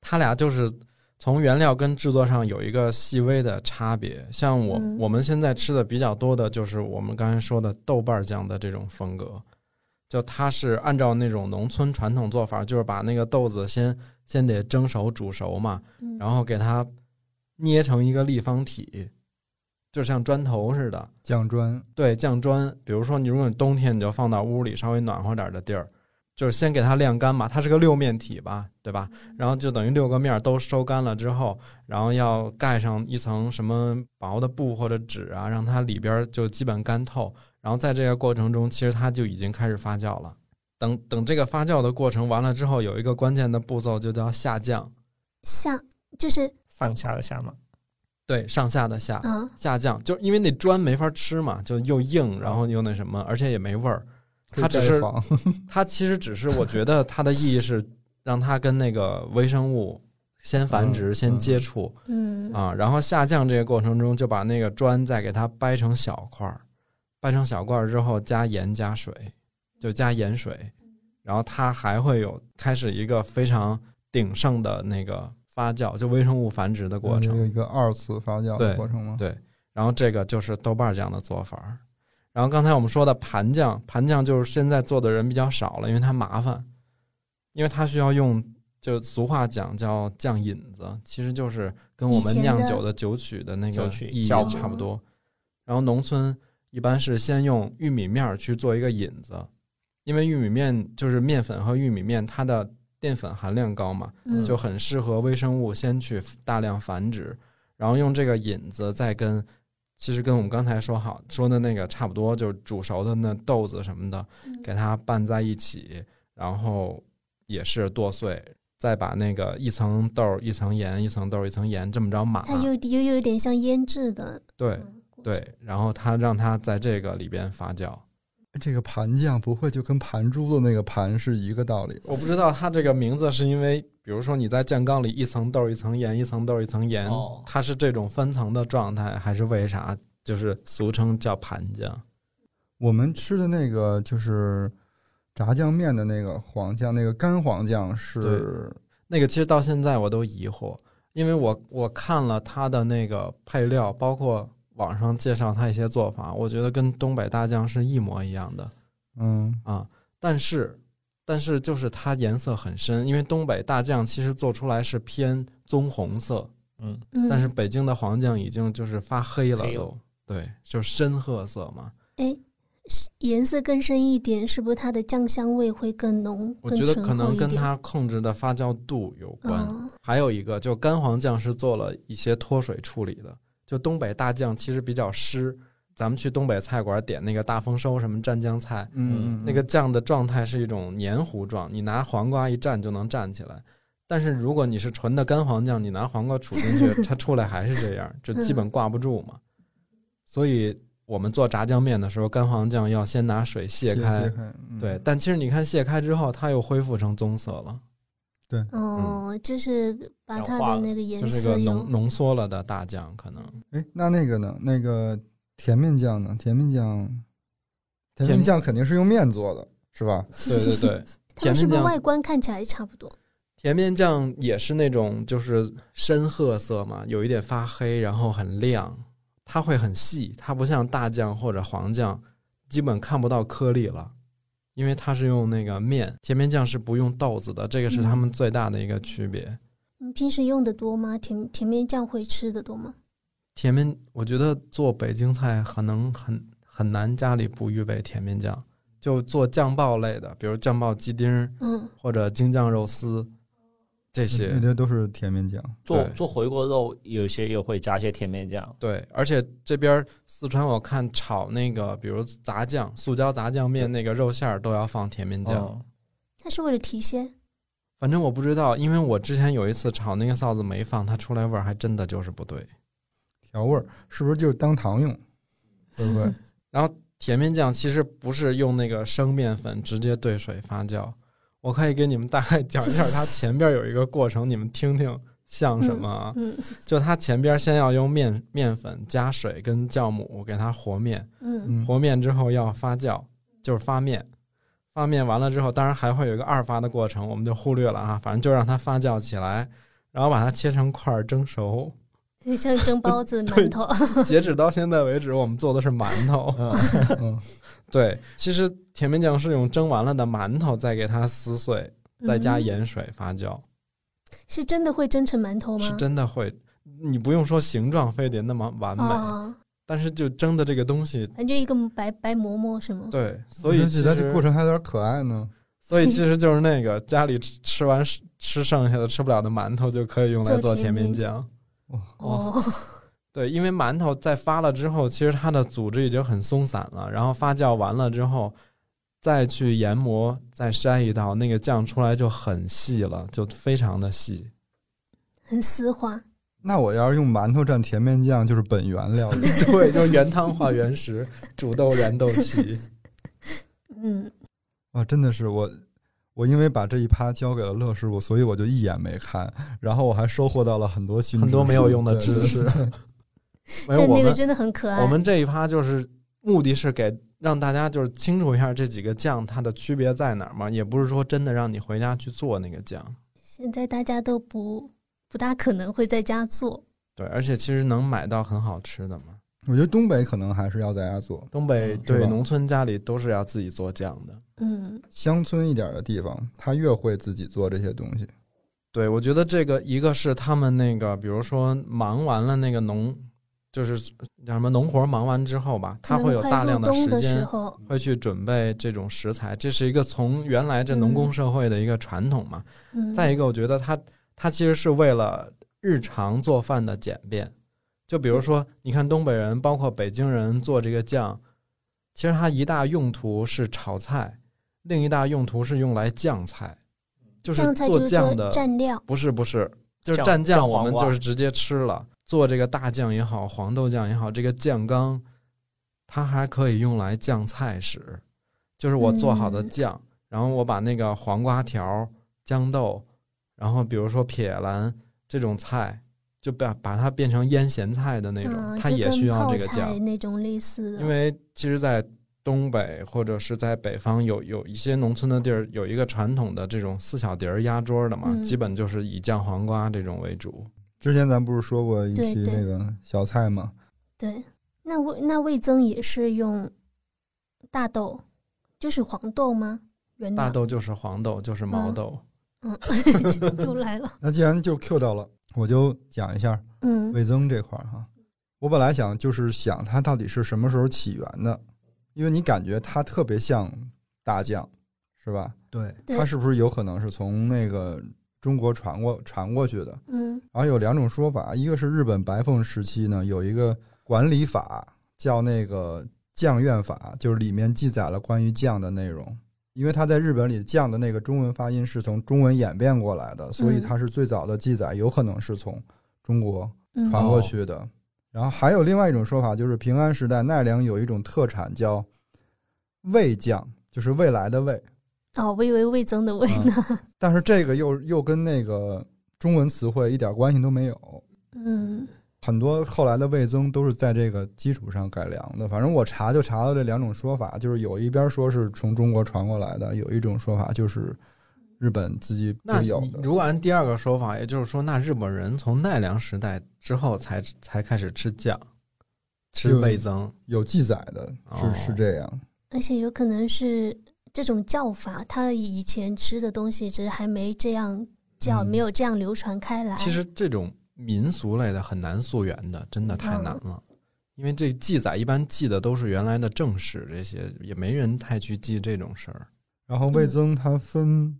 Speaker 1: 他俩就是从原料跟制作上有一个细微的差别。像我、
Speaker 2: 嗯
Speaker 1: 我们现在吃的比较多的就是我们刚才说的豆瓣酱的这种风格，就它是按照那种农村传统做法，就是把那个豆子先先得蒸熟煮熟嘛，
Speaker 2: 嗯
Speaker 1: 然后给它捏成一个立方体，就像砖头似的。
Speaker 3: 酱砖，
Speaker 1: 对，酱砖，比如说你如果你冬天你就放到屋里稍微暖和点儿的地儿，就是先给它晾干嘛，它是个六面体吧，对吧？然后就等于六个面儿都收干了之后，然后要盖上一层什么薄的布或者纸啊，让它里边儿就基本干透。然后在这个过程中，其实它就已经开始发酵了。等等，这个发酵的过程完了之后，有一个关键的步骤就叫下降，
Speaker 2: 下就是
Speaker 4: 上下的下嘛，
Speaker 1: 对，上下的下，
Speaker 2: 嗯，
Speaker 1: 下降，就是因为那砖没法吃嘛，就又
Speaker 3: 嗯
Speaker 1: 硬，然后又那什么，而且也没味儿。它只是
Speaker 3: 可以盖房
Speaker 1: 它其实只是我觉得它的意义是让它跟那个微生物先繁殖、
Speaker 3: 嗯
Speaker 1: 先接触、
Speaker 2: 嗯
Speaker 1: 啊，然后下降这个过程中就把那个砖再给它掰成小块儿，掰成小块儿之后加盐加水，就加盐水，
Speaker 3: 嗯
Speaker 1: 然后它还会有开始一个非常鼎盛的那个发酵，就微生物繁殖的过
Speaker 3: 嗯有
Speaker 1: 程。
Speaker 3: 一个二次发酵
Speaker 1: 对
Speaker 3: 的过程吗？
Speaker 1: 对然后这个就是豆瓣酱的做法儿。然后刚才我们说的盘酱，盘酱就是现在做的人比较少了，因为它麻烦，因为它需要用，就俗话讲叫酱引子，其实就是跟我
Speaker 2: 以
Speaker 1: 们
Speaker 2: 前
Speaker 1: 酿
Speaker 2: 的
Speaker 1: 酒的酒曲的那个
Speaker 4: 酒曲
Speaker 1: 意义
Speaker 4: 酵
Speaker 2: 母
Speaker 1: 差不多。然后农村一般是先用玉米面儿去做一个引子，因为玉米面就是面粉和玉米面，它的淀粉含量高嘛，
Speaker 2: 嗯，
Speaker 1: 就很适合微生物先去大量繁殖，然后用这个引子再跟，其实跟我们刚才说好说的那个差不多，就是煮熟的那豆子什么的，
Speaker 2: 嗯
Speaker 1: 给它拌在一起，然后也是剁碎，再把那个一层豆、一层盐、一层豆、一层盐这么着码，
Speaker 2: 它又又又有点像腌制的，
Speaker 1: 对
Speaker 2: 嗯
Speaker 1: 对，然后它让它在这个里边发酵。
Speaker 3: 这个盘酱不会就跟盘珠的那个盘是一个道理吧？
Speaker 1: 我不知道它这个名字是因为，比如说你在酱缸里一层豆儿一层盐，一层豆儿一层盐，
Speaker 4: 哦
Speaker 1: 它是这种分层的状态，还是为啥？就是俗称叫盘酱。
Speaker 3: 我们吃的那个就是炸酱面的那个黄酱，那个干黄酱是
Speaker 1: 对那个其实到现在我都疑惑，因为我我看了它的那个配料，包括网上介绍它一些做法，我觉得跟东北大酱是一模一样的
Speaker 3: 嗯，
Speaker 1: 啊。但是，但是就是它颜色很深，因为东北大酱其实做出来是偏棕红色，
Speaker 4: 嗯，
Speaker 2: 嗯，
Speaker 1: 但是北京的黄酱已经就是发黑了
Speaker 4: 黑了
Speaker 1: 都，对，就是深褐色嘛。
Speaker 2: 颜色更深一点，是不是它的酱香味会更浓？
Speaker 1: 我
Speaker 2: 更
Speaker 1: 觉得
Speaker 2: 醇
Speaker 1: 可
Speaker 2: 厚
Speaker 1: 能
Speaker 2: 一
Speaker 1: 跟
Speaker 2: 点
Speaker 1: 它控制的发酵度有关。
Speaker 2: 嗯
Speaker 1: 还有一个，就干黄酱是做了一些脱水处理的，就东北大酱其实比较湿。咱们去东北菜馆点那个大丰收什么蘸酱菜，
Speaker 3: 嗯，
Speaker 1: 那个酱的状态是一种黏糊状，你拿黄瓜一蘸就能蘸起来。但是如果你是纯的干黄酱，你拿黄瓜杵进去，它出来还是这样，就基本挂不住嘛。所以我们做炸酱面的时候，干黄酱要先拿水卸
Speaker 3: 解
Speaker 1: 开，，
Speaker 3: 嗯
Speaker 1: 对。但其实你看卸开之后，它又恢复成棕色了，
Speaker 3: 对，
Speaker 2: 哦，就是把
Speaker 4: 氧
Speaker 2: 它
Speaker 4: 化
Speaker 2: 的
Speaker 4: 了
Speaker 2: 那个颜
Speaker 1: 就是
Speaker 2: 色
Speaker 1: 个
Speaker 2: 有
Speaker 1: 浓浓缩了的大酱，可能
Speaker 3: 哎，那那个呢？那个甜面酱呢？甜面酱，甜面酱肯定是用面做的，是吧？
Speaker 1: 对对对。
Speaker 2: 它
Speaker 1: 甜
Speaker 2: 们是
Speaker 1: 面
Speaker 2: 不是
Speaker 1: 酱
Speaker 2: 外观看起来差不多？
Speaker 1: 甜面酱也是那种就是深褐色嘛，有一点发黑，然后很亮，它会很细，它不像大酱或者黄酱，基本看不到颗粒了，因为它是用那个面，甜面酱是不用豆子的，这个是它们最大的一个区别。
Speaker 2: 你平时用的多吗？甜甜面酱会吃的多吗？
Speaker 1: 甜面，我觉得做北京菜可能很很难，家里不预备甜面酱，就做酱爆类的，比如酱爆鸡丁儿
Speaker 2: 嗯，
Speaker 1: 或者京酱肉丝这些。
Speaker 3: 那些都是甜面酱。
Speaker 4: 做
Speaker 1: 对
Speaker 4: 做回锅肉有些也会加些甜面酱，
Speaker 1: 对，而且这边儿四川，我看炒那个，比如杂酱、塑胶杂酱面那个肉馅儿都要放甜面酱。
Speaker 4: 嗯
Speaker 2: 它是为了提鲜。
Speaker 1: 反正我不知道，因为我之前有一次炒那个臊子没放，它出来味儿还真的就是不对。
Speaker 3: 调味儿是不是就是当糖用？会不会？
Speaker 1: 甜面酱其实不是用那个生面粉直接兑水发酵，我可以给你们大概 讲一下它前边儿有一个过程，你们听听像什么啊？
Speaker 2: 嗯
Speaker 1: 就它前边儿先要用面面粉加水跟酵母给它和面，
Speaker 2: 嗯
Speaker 3: 嗯，
Speaker 1: 和面之后要发酵，就是发面。发面完了之后，当然还会有一个二发的过程，我们就忽略了啊，反正就让它发酵起来，然后把它切成块儿蒸熟。
Speaker 2: 嗯，像蒸 包子、
Speaker 1: 对
Speaker 2: 馒头。
Speaker 1: 截止到现在为止，我们做的是馒头。
Speaker 3: 嗯，
Speaker 1: 对，其实甜面酱是用蒸完了的馒头，再给它撕碎，再
Speaker 2: 嗯
Speaker 1: 加盐水发酵，
Speaker 2: 是真的会蒸成馒头吗？
Speaker 1: 是真的会。你不用说形状非得那么完美，
Speaker 2: 啊，
Speaker 1: 但是就蒸的这个东西，
Speaker 2: 反正就一个白白馍馍是吗？
Speaker 1: 对，所以
Speaker 3: 我
Speaker 1: 其
Speaker 3: 觉
Speaker 1: 实
Speaker 3: 得这过程还有点可爱呢。
Speaker 1: 所以其实就是那个家里吃吃完吃吃剩下的吃不了的馒头，就可以用来
Speaker 2: 做
Speaker 1: 做
Speaker 2: 甜
Speaker 1: 甜面
Speaker 2: 面
Speaker 1: 酱。
Speaker 2: 哦，
Speaker 1: 对，因为馒头在发了之后，其实它的组织已经很松散了，然后发酵完了之后，再去研磨，再筛一道，那个酱出来就很细了，就非常的细。
Speaker 2: 很丝滑。
Speaker 3: 那我要是用馒头蘸甜面酱，就是本源料理。
Speaker 1: 对，就原汤化原食，煮豆燃豆萁。
Speaker 2: 嗯，
Speaker 3: 哇，真的是我，我因为把这一趴交给了乐师傅，所以我就一眼没看，然后我还收获到了很多新
Speaker 1: 很多
Speaker 3: 知识
Speaker 1: 没有用的
Speaker 3: 对
Speaker 1: 知
Speaker 3: 对
Speaker 1: 识
Speaker 3: 对
Speaker 1: 没有
Speaker 2: 但
Speaker 1: 我
Speaker 2: 那个
Speaker 1: 们
Speaker 2: 真的很可爱。
Speaker 1: 我们这一趴就是目的是给让大家就是清楚一下这几个酱它的区别在哪儿嘛，也不是说真的让你回家去做那个酱。
Speaker 2: 现在大家都不不大可能会在家做。
Speaker 1: 对，而且其实能买到很好吃的嘛。
Speaker 3: 我觉得东北可能还是要在家做，
Speaker 1: 东北
Speaker 3: 嗯
Speaker 1: 对
Speaker 3: 是吧
Speaker 1: 农村家里都是要自己做酱的。
Speaker 2: 嗯，
Speaker 3: 乡村一点的地方，他越会自己做这些东西。
Speaker 1: 对，我觉得这个一个是他们那个，比如说忙完了那个农，就是叫什么农活忙完之后吧，他
Speaker 2: 可能
Speaker 1: 会有
Speaker 2: 快
Speaker 1: 大
Speaker 2: 入
Speaker 1: 量的
Speaker 2: 冬
Speaker 1: 时
Speaker 2: 的时
Speaker 1: 间
Speaker 2: 候，
Speaker 1: 会去准备这种食材，这是一个从原来这农工
Speaker 2: 嗯
Speaker 1: 社会的一个传统嘛。
Speaker 2: 嗯，
Speaker 1: 再一个，我觉得它它其实是为了日常做饭的简便。就比如说，你看东北人，包括北京人做这个酱，其实它一大用途是炒菜，另一大用途是用来酱菜，就是
Speaker 2: 酱菜就
Speaker 1: 做
Speaker 2: 是
Speaker 1: 酱
Speaker 2: 做
Speaker 1: 的，
Speaker 2: 蘸料，
Speaker 1: 不是不是，就是
Speaker 4: 酱
Speaker 1: 蘸
Speaker 4: 酱
Speaker 1: 酱，我
Speaker 4: 黄
Speaker 1: 们
Speaker 4: 瓜
Speaker 1: 就是直接吃了。做这个大酱也好，黄豆酱也好，这个酱缸，它还可以用来酱菜使，就是我做好的
Speaker 2: 嗯
Speaker 1: 酱，然后我把那个黄瓜条、豇豆，然后比如说撇兰这种菜，就把把它变成腌咸菜的那种，
Speaker 2: 嗯，
Speaker 1: 它
Speaker 2: 就
Speaker 1: 也
Speaker 2: 跟
Speaker 1: 需要
Speaker 2: 泡
Speaker 1: 这个酱
Speaker 2: 菜。那种类似的，
Speaker 1: 因为其实，在东北或者是在北方有有一些农村的地儿，有一个传统的这种四小碟儿压桌的嘛，
Speaker 2: 嗯
Speaker 1: 基本就是以酱黄瓜这种为主。
Speaker 3: 之前咱不是说过一
Speaker 2: 对
Speaker 3: 期
Speaker 2: 对
Speaker 3: 那个小菜吗？
Speaker 2: 对，那味那味增也是用大豆，就是黄豆吗？原料
Speaker 1: 大豆就是黄豆，就是毛豆。
Speaker 2: 又来 了，
Speaker 3: 那既然就 Q 到了，我就讲一下
Speaker 2: 嗯
Speaker 3: 味增这块儿哈。我本来想就是想它到底是什么时候起源的，因为你感觉它特别像大酱，是吧？
Speaker 1: 对，
Speaker 2: 对
Speaker 3: 它是不是有可能是从那个中国传过传过去的？
Speaker 2: 嗯
Speaker 3: 然后有两种说法，一个是日本白凤时期呢有一个管理法叫那个酱院法，就是里面记载了关于酱的内容。因为它在日本里酱的那个中文发音是从中文演变过来的，所以
Speaker 2: 嗯
Speaker 3: 它是最早的记载，有可能是从中国
Speaker 2: 嗯，
Speaker 3: 传过去的。然后还有另外一种说法，就是平安时代奈良有一种特产叫味酱，就是未来的味。
Speaker 2: 哦，我以为味增的味
Speaker 3: 啊
Speaker 1: 嗯
Speaker 2: 呢，
Speaker 3: 但是这个又又跟那个中文词汇一点关系都没有。
Speaker 2: 嗯
Speaker 3: 很多后来的味增都是在这个基础上改良的。反正我查就查到这两种说法，就是有一边说是从中国传过来的，有一种说法就是日本自己
Speaker 1: 那
Speaker 3: 就有
Speaker 1: 你
Speaker 3: 的。
Speaker 1: 如果按第二个说法，也就是说，那日本人从奈良时代之后才才开始吃酱，吃
Speaker 3: 就
Speaker 1: 味增。
Speaker 3: 有记载的是、
Speaker 1: 哦
Speaker 3: 是这样，
Speaker 2: 而且有可能是这种叫法，他以前吃的东西只是还没这样叫，
Speaker 3: 嗯
Speaker 2: 没有这样流传开来。
Speaker 1: 其实这种民俗类的很难溯源的，真的太
Speaker 2: 嗯
Speaker 1: 难了。因为这记载一般记的都是原来的正史，这些也没人太去记这种事儿。
Speaker 3: 然后味增它分，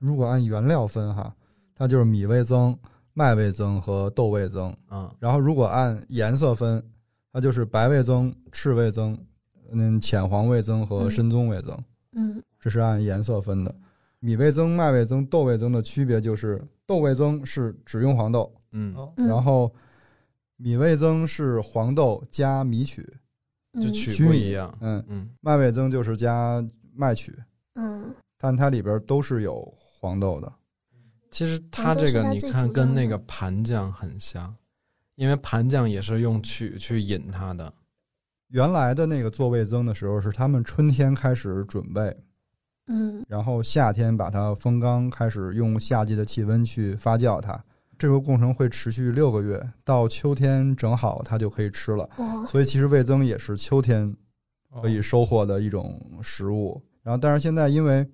Speaker 3: 如果按原料分哈，它就是米味增、麦味增和豆味增。
Speaker 1: 嗯，
Speaker 3: 然后如果按颜色分，它就是白味增、赤味增、嗯浅黄味增和
Speaker 2: 嗯
Speaker 3: 深棕味增。
Speaker 2: 嗯
Speaker 3: 这是按颜色分的。米味增、麦味增、豆味增的区别就是，豆味增是只用黄豆，
Speaker 1: 嗯，
Speaker 4: 哦，
Speaker 2: 嗯，
Speaker 3: 然后米味增是黄豆加米曲，
Speaker 1: 就
Speaker 2: 嗯
Speaker 1: 曲
Speaker 3: 曲
Speaker 1: 不
Speaker 3: 米
Speaker 1: 一样。
Speaker 3: 嗯，
Speaker 1: 嗯，
Speaker 3: 麦味增就是加麦曲，
Speaker 2: 嗯
Speaker 3: 但它里边都是有黄豆的。
Speaker 1: 其实它这个你看跟那个盘酱很像，因为盘酱也是用曲去引它的。
Speaker 3: 原来的那个做味增的时候，是他们春天开始准备，
Speaker 2: 嗯
Speaker 3: 然后夏天把它风干，开始用夏季的气温去发酵它。这个过程会持续六个月，到秋天正好它就可以吃了。
Speaker 2: 哇
Speaker 3: 所以其实味增也是秋天可以收获的一种食物。然后，但是现在因为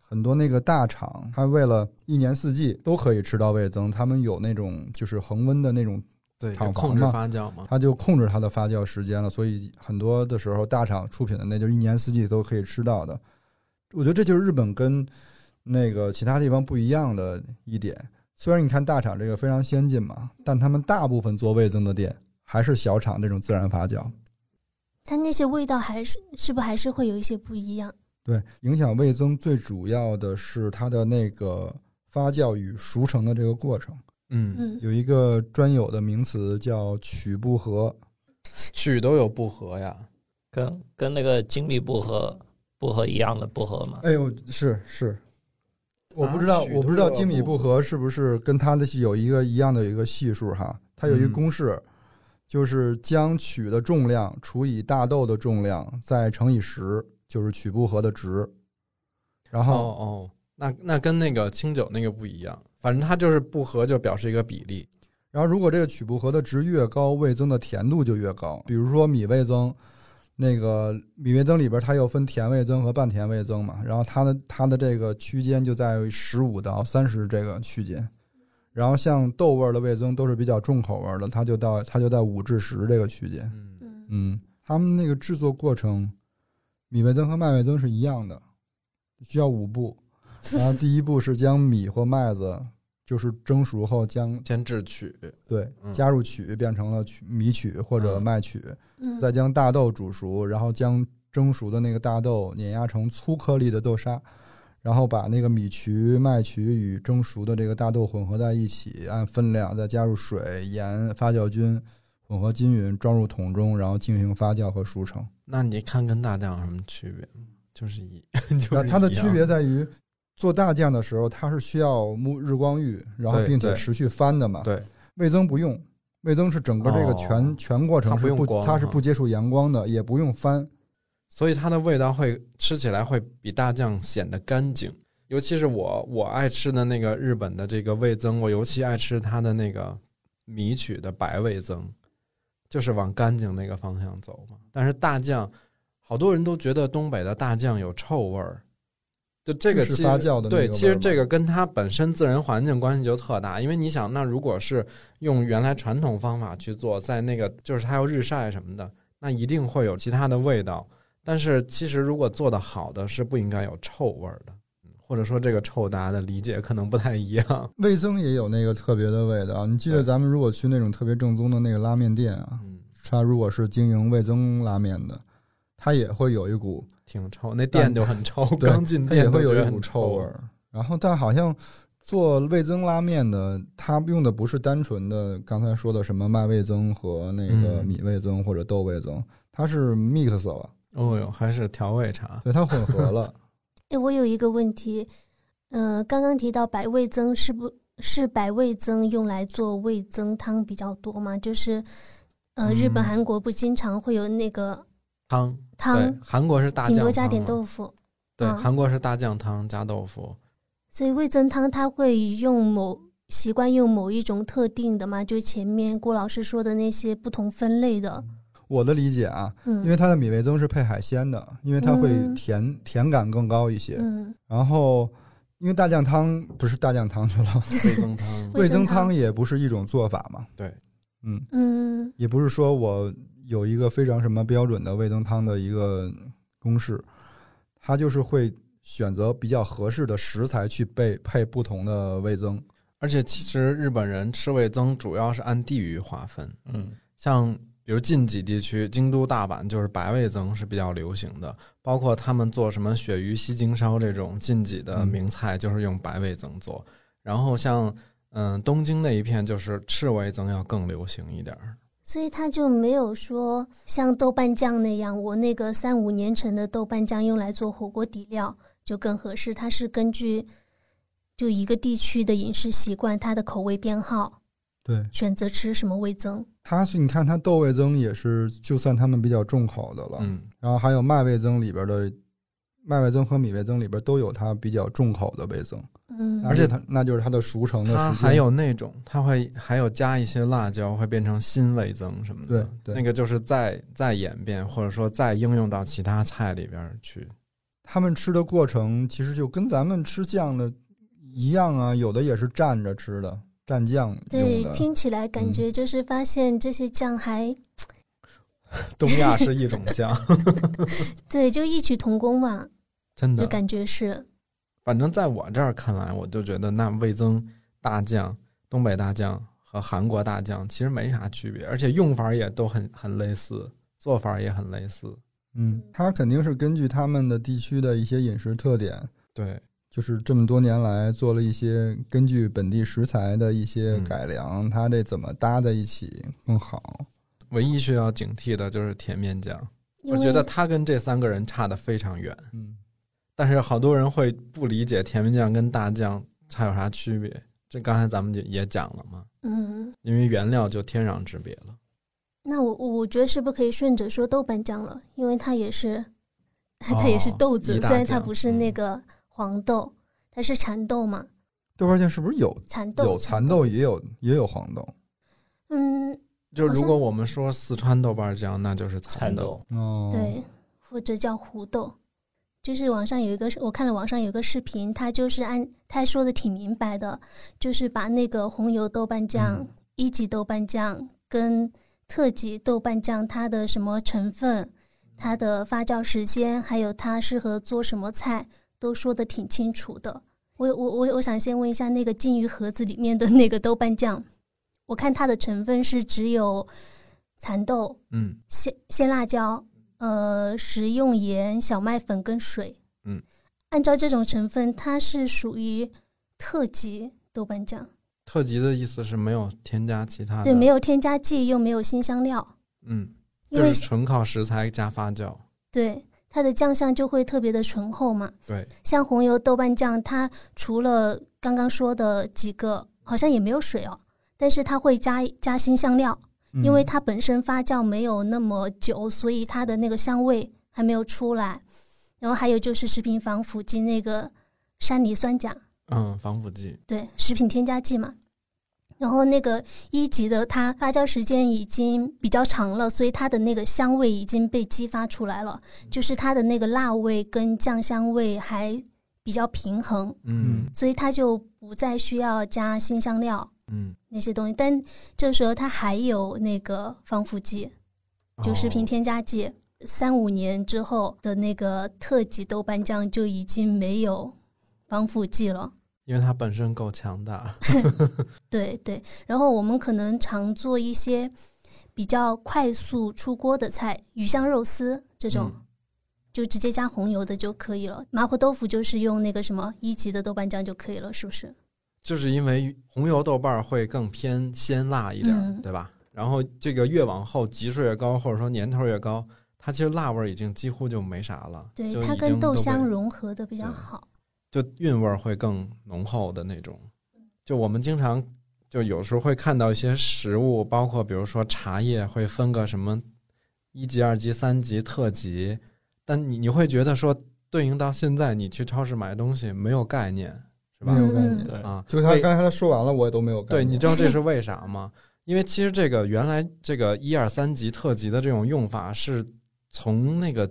Speaker 3: 很多那个大厂，它为了一年四季都可以吃到味增，他们有那种就是恒温的那种，
Speaker 1: 对，
Speaker 3: 厂房
Speaker 1: 控制
Speaker 3: 嘛
Speaker 1: 发酵嘛。
Speaker 3: 它就控制它的发酵时间了。所以很多的时候，大厂出品的那就是一年四季都可以吃到的。我觉得这就是日本跟那个其他地方不一样的一点。虽然你看大厂这个非常先进嘛，但他们大部分做味增的店还是小厂这种自然发酵。
Speaker 2: 它那些味道还是是不是还是会有一些不一样？
Speaker 3: 对，影响味增最主要的是它的那个发酵与熟成的这个过程，
Speaker 1: 嗯，
Speaker 2: 嗯，
Speaker 3: 有一个专有的名词叫曲不合。
Speaker 1: 曲都有不合呀。
Speaker 5: 跟跟那个精密不合不合一样的不合嘛。
Speaker 3: 哎呦，是是，我不知道，
Speaker 1: 曲都
Speaker 3: 我不知道
Speaker 1: 叫
Speaker 3: 精米
Speaker 1: 不
Speaker 3: 不合是不是跟它的有一个一样的有一个系数哈，它有一个
Speaker 1: 嗯
Speaker 3: 公式，就是将曲的重量除以大豆的重量，再乘以十，就是曲不合的值。然
Speaker 1: 哦
Speaker 3: 后
Speaker 1: 哦，那那跟那个清酒那个不一样，反正它就是不合就表示一个比例。
Speaker 3: 然后如果这个曲不和的值越高，味增的甜度就越高。比如说米味增，那个米味增里边它又分甜味增和半甜味增嘛，然后它的它的这个区间就在十五到三十这个区间。然后像豆味儿的味增都是比较重口味儿的，它就到它就在五至十这个区间。
Speaker 1: 嗯，
Speaker 2: 嗯，
Speaker 3: 嗯，他们那个制作过程，米味增和麦味增是一样的，需要五步。然后第一步是将米或麦子，就是蒸熟后将
Speaker 1: 先制曲，
Speaker 3: 对
Speaker 1: 嗯
Speaker 3: 加入曲变成了曲米曲或者
Speaker 1: 嗯
Speaker 3: 麦曲，
Speaker 2: 嗯
Speaker 3: 再将大豆煮熟，然后将蒸熟的那个大豆碾压成粗颗粒的豆沙，然后把那个米曲、麦曲与蒸熟的这个大豆混合在一起，按分量再加入水、盐、发酵菌，混合均匀，装入桶中，然后进行发酵和熟成。
Speaker 1: 那你看跟大酱有什么区别吗？就是一， 就
Speaker 3: 那
Speaker 1: 是
Speaker 3: 它的
Speaker 1: 一样
Speaker 3: 区别在于，做大酱的时候它是需要沐日光浴，然后
Speaker 1: 对
Speaker 3: 并且
Speaker 1: 对
Speaker 3: 持续翻的嘛。
Speaker 1: 对，
Speaker 3: 味增不用，味增是整个这个全、
Speaker 1: 哦
Speaker 3: 全过程
Speaker 1: 它不
Speaker 3: 是
Speaker 1: 用
Speaker 3: 不
Speaker 1: 光
Speaker 3: 它是
Speaker 1: 哈
Speaker 3: 不接触阳光的，也不用翻。
Speaker 1: 所以它的味道会吃起来会比大酱显得干净。尤其是我我爱吃的那个日本的这个味增，我尤其爱吃它的那个米曲的白味增，就是往干净那个方向走嘛。但是大酱，好多人都觉得东北的大酱有臭味儿，就这个
Speaker 3: 是
Speaker 1: 其实
Speaker 3: 发酵的那
Speaker 1: 对，
Speaker 3: 个
Speaker 1: 其
Speaker 3: 味儿
Speaker 1: 实
Speaker 3: 吗
Speaker 1: 这个跟它本身自然环境关系就特大，因为你想，那如果是用原来传统方法去做，在那个就是它要日晒什么的，那一定会有其他的味道。但是其实如果做的好的，是不应该有臭味儿的，嗯或者说这个臭大家的理解可能不太一样。
Speaker 3: 味增也有那个特别的味道。你记得
Speaker 1: 对
Speaker 3: 咱们如果去那种特别正宗的那个拉面店啊，
Speaker 1: 嗯，
Speaker 3: 它如果是经营味增拉面的，它也会有一股，
Speaker 1: 挺臭，那店就很臭，
Speaker 3: 对
Speaker 1: 刚进
Speaker 3: 它也
Speaker 1: 店
Speaker 3: 会
Speaker 1: 就
Speaker 3: 有
Speaker 1: 觉得
Speaker 3: 一
Speaker 1: 很
Speaker 3: 股臭味。儿。然后，但好像做味增拉面的，它用的不是单纯的刚才说的什么麦味增和那个
Speaker 1: 嗯
Speaker 3: 米味增或者豆味增，它是 mix 了，
Speaker 1: 哦哟，还是调味茶。
Speaker 3: 对，它混合 了。
Speaker 2: 哎，我有一个问题，呃，刚刚提到百味增是不是百味增用来做味增汤比较多吗？就是，呃，日
Speaker 1: 嗯
Speaker 2: 本、韩国不经常会有那个
Speaker 1: 汤，对
Speaker 2: 汤，，
Speaker 1: 韩国是大酱
Speaker 2: 顶
Speaker 1: 汤
Speaker 2: 多
Speaker 1: 嘛，
Speaker 2: 加点豆腐，
Speaker 1: 对，
Speaker 2: 啊
Speaker 1: 韩国是大酱汤加豆腐，
Speaker 2: 所以味增汤它会用某习惯用某一种特定的嘛？就前面郭老师说的那些不同分类的，
Speaker 3: 我的理解啊，
Speaker 2: 嗯，
Speaker 3: 因为它的米味增是配海鲜的，因为它会
Speaker 2: 嗯
Speaker 3: 甜甜感更高一些。
Speaker 2: 嗯
Speaker 3: 然后，因为大酱汤不是大酱汤去 了，
Speaker 1: 味增汤。
Speaker 2: 味
Speaker 3: 味
Speaker 2: 增
Speaker 3: 增
Speaker 2: 汤
Speaker 3: 汤也不是一种做法嘛。
Speaker 1: 对，
Speaker 3: 嗯，
Speaker 2: 嗯
Speaker 3: 也不是说我有一个非常什么标准的味增汤的一个公式，它就是会选择比较合适的食材去配配不同的味增。
Speaker 1: 而且其实日本人吃味增主要是按地域划分，
Speaker 5: 嗯，
Speaker 1: 像比如近畿地区，京都、大阪就是白味增是比较流行的，包括他们做什么鳕鱼西京烧这种近畿
Speaker 3: 嗯
Speaker 1: 的名菜，就是用白味增做。然后像嗯东京那一片，就是赤味增要更流行一点儿。
Speaker 2: 所以它就没有说像豆瓣酱那样，我那个三五年陈的豆瓣酱用来做火锅底料就更合适。它是根据就一个地区的饮食习惯，它的口味偏好，
Speaker 3: 对，
Speaker 2: 选择吃什么味增。
Speaker 3: 它是你看它豆味增也是，就算他们比较重口的了。
Speaker 1: 嗯，
Speaker 3: 然后还有麦味增里边的麦味增和米味增里边都有它比较重口的味增，
Speaker 2: 嗯，
Speaker 3: 而且它那就是它的熟成的时
Speaker 1: 它
Speaker 3: 间。
Speaker 1: 还有那种，它会还有加一些辣椒，会变成新味增什么的。
Speaker 3: 对对
Speaker 1: 那个就是再再演变，或者说再应用到其他菜里边儿 去。
Speaker 3: 他们吃的过程其实就跟咱们吃酱的一样啊，有的也是蘸着吃的，蘸酱用
Speaker 2: 对，
Speaker 3: 的。
Speaker 2: 听起来
Speaker 1: 嗯
Speaker 2: 感觉就是发现这些酱还、
Speaker 1: 东亚是一种 酱，
Speaker 2: 对，就异曲同工嘛，
Speaker 1: 真的
Speaker 2: 就感觉是
Speaker 1: 反正在我这儿看来，我就觉得那味增大酱、东北大酱和韩国大酱其实没啥区别，而且用法也都很很类似，做法也很类似。
Speaker 3: 嗯，它肯定是根据他们的地区的一些饮食特点，
Speaker 1: 对，
Speaker 3: 就是这么多年来做了一些根据本地食材的一些
Speaker 1: 嗯
Speaker 3: 改良，它这怎么搭在一起更好？
Speaker 1: 唯一需要警惕的就是甜面酱，
Speaker 2: 因
Speaker 1: 我
Speaker 2: 为
Speaker 1: 觉得它跟这三个人差得非常远。
Speaker 3: 嗯，
Speaker 1: 但是好多人会不理解甜面酱跟大酱它有啥区别，这刚才咱们就也讲了嘛，
Speaker 2: 嗯，
Speaker 1: 因为原料就天壤之别了。
Speaker 2: 那我我觉得是不是可以顺着说豆瓣酱了？因为它也是，它也是豆子，
Speaker 1: 一大
Speaker 2: 虽然它
Speaker 1: 酱
Speaker 2: 不是那个黄豆，它是蚕豆嘛，
Speaker 3: 豆瓣酱是不是有
Speaker 2: 蚕豆
Speaker 3: 有蚕豆也有也有黄豆？
Speaker 2: 嗯
Speaker 1: 就
Speaker 2: 好
Speaker 1: 如
Speaker 2: 像
Speaker 1: 果我们说四川豆瓣酱，那就是
Speaker 5: 蚕
Speaker 1: 蚕豆。
Speaker 5: 豆，
Speaker 3: 哦，，
Speaker 2: 对，或者叫胡豆。就是网上有一个，我看了网上有一个视频，他就是按他说的挺明白的，就是把那个红油豆瓣酱、
Speaker 1: 嗯
Speaker 2: 一级豆瓣酱跟特级豆瓣酱它的什么成分、它的发酵时间，还有它适合做什么菜，都说的挺清楚的。我我我我想先问一下，那个金鱼盒子里面的那个豆瓣酱，我看它的成分是只有蚕豆、
Speaker 1: 嗯，
Speaker 2: 鲜鲜辣椒、呃食用盐、小麦粉跟水。
Speaker 1: 嗯，
Speaker 2: 按照这种成分，它是属于特级豆瓣酱，
Speaker 1: 特级的意思是没有添加其他的，
Speaker 2: 对，没，有添加剂，又没有新香料，
Speaker 1: 嗯，
Speaker 2: 因
Speaker 1: 就
Speaker 2: 为
Speaker 1: 是纯靠食材加发酵。
Speaker 2: 对它的酱香就会特别的醇厚嘛。
Speaker 1: 对，
Speaker 2: 像红油豆瓣酱，它除了刚刚说的几个，好像也没有水哦，但是它会加加新香料，
Speaker 3: 嗯
Speaker 2: 因为它本身发酵没有那么久，所以它的那个香味还没有出来。然后还有就是食品防腐剂那个山梨酸钾，
Speaker 1: 嗯，防腐剂。
Speaker 2: 对，食品添加剂嘛。然后那个一级的，它发酵时间已经比较长了，所以它的那个香味已经被激发出来了，就是它的那个辣味跟酱香味还比较平衡，
Speaker 1: 嗯
Speaker 2: 所以它就不再需要加新香料
Speaker 1: 嗯，
Speaker 2: 那些东西。但这时候它还有那个防腐剂，就食品
Speaker 1: 哦
Speaker 2: 添加剂。三五年之后的那个特级豆瓣酱就已经没有防腐剂了。
Speaker 1: 因为它本身够强大。
Speaker 2: 对对，然后我们可能常做一些比较快速出锅的菜，鱼香肉丝这种，
Speaker 1: 嗯
Speaker 2: 就直接加红油的就可以了。麻婆豆腐就是用那个什么一级的豆瓣酱就可以了，是不是？
Speaker 1: 就是因为红油豆瓣儿会更偏鲜辣一点儿，
Speaker 2: 嗯
Speaker 1: 对吧？然后这个越往后级数越高，或者说年头越高，它其实辣味儿已经几乎就没啥了，
Speaker 2: 对
Speaker 1: 就，
Speaker 2: 它
Speaker 1: 已
Speaker 2: 跟
Speaker 1: 经
Speaker 2: 豆
Speaker 1: 都被
Speaker 2: 香融合的比较
Speaker 1: 对
Speaker 2: 好。
Speaker 1: 就韵味儿会更浓厚的那种。就我们经常就有时候会看到一些食物，包括比如说茶叶会分个什么一级、二级、三级、特级，但你你会觉得说对应到现在你去超市买东西没有概念，是吧
Speaker 3: 没？有概念
Speaker 2: 嗯
Speaker 4: 对，
Speaker 1: 啊，
Speaker 3: 就他
Speaker 1: 为
Speaker 3: 刚才他说完了，我也都没有概
Speaker 1: 对，
Speaker 3: 念。
Speaker 1: 你知道这是为啥吗？因为其实这个原来这个一二三级特级的这种用法是从那个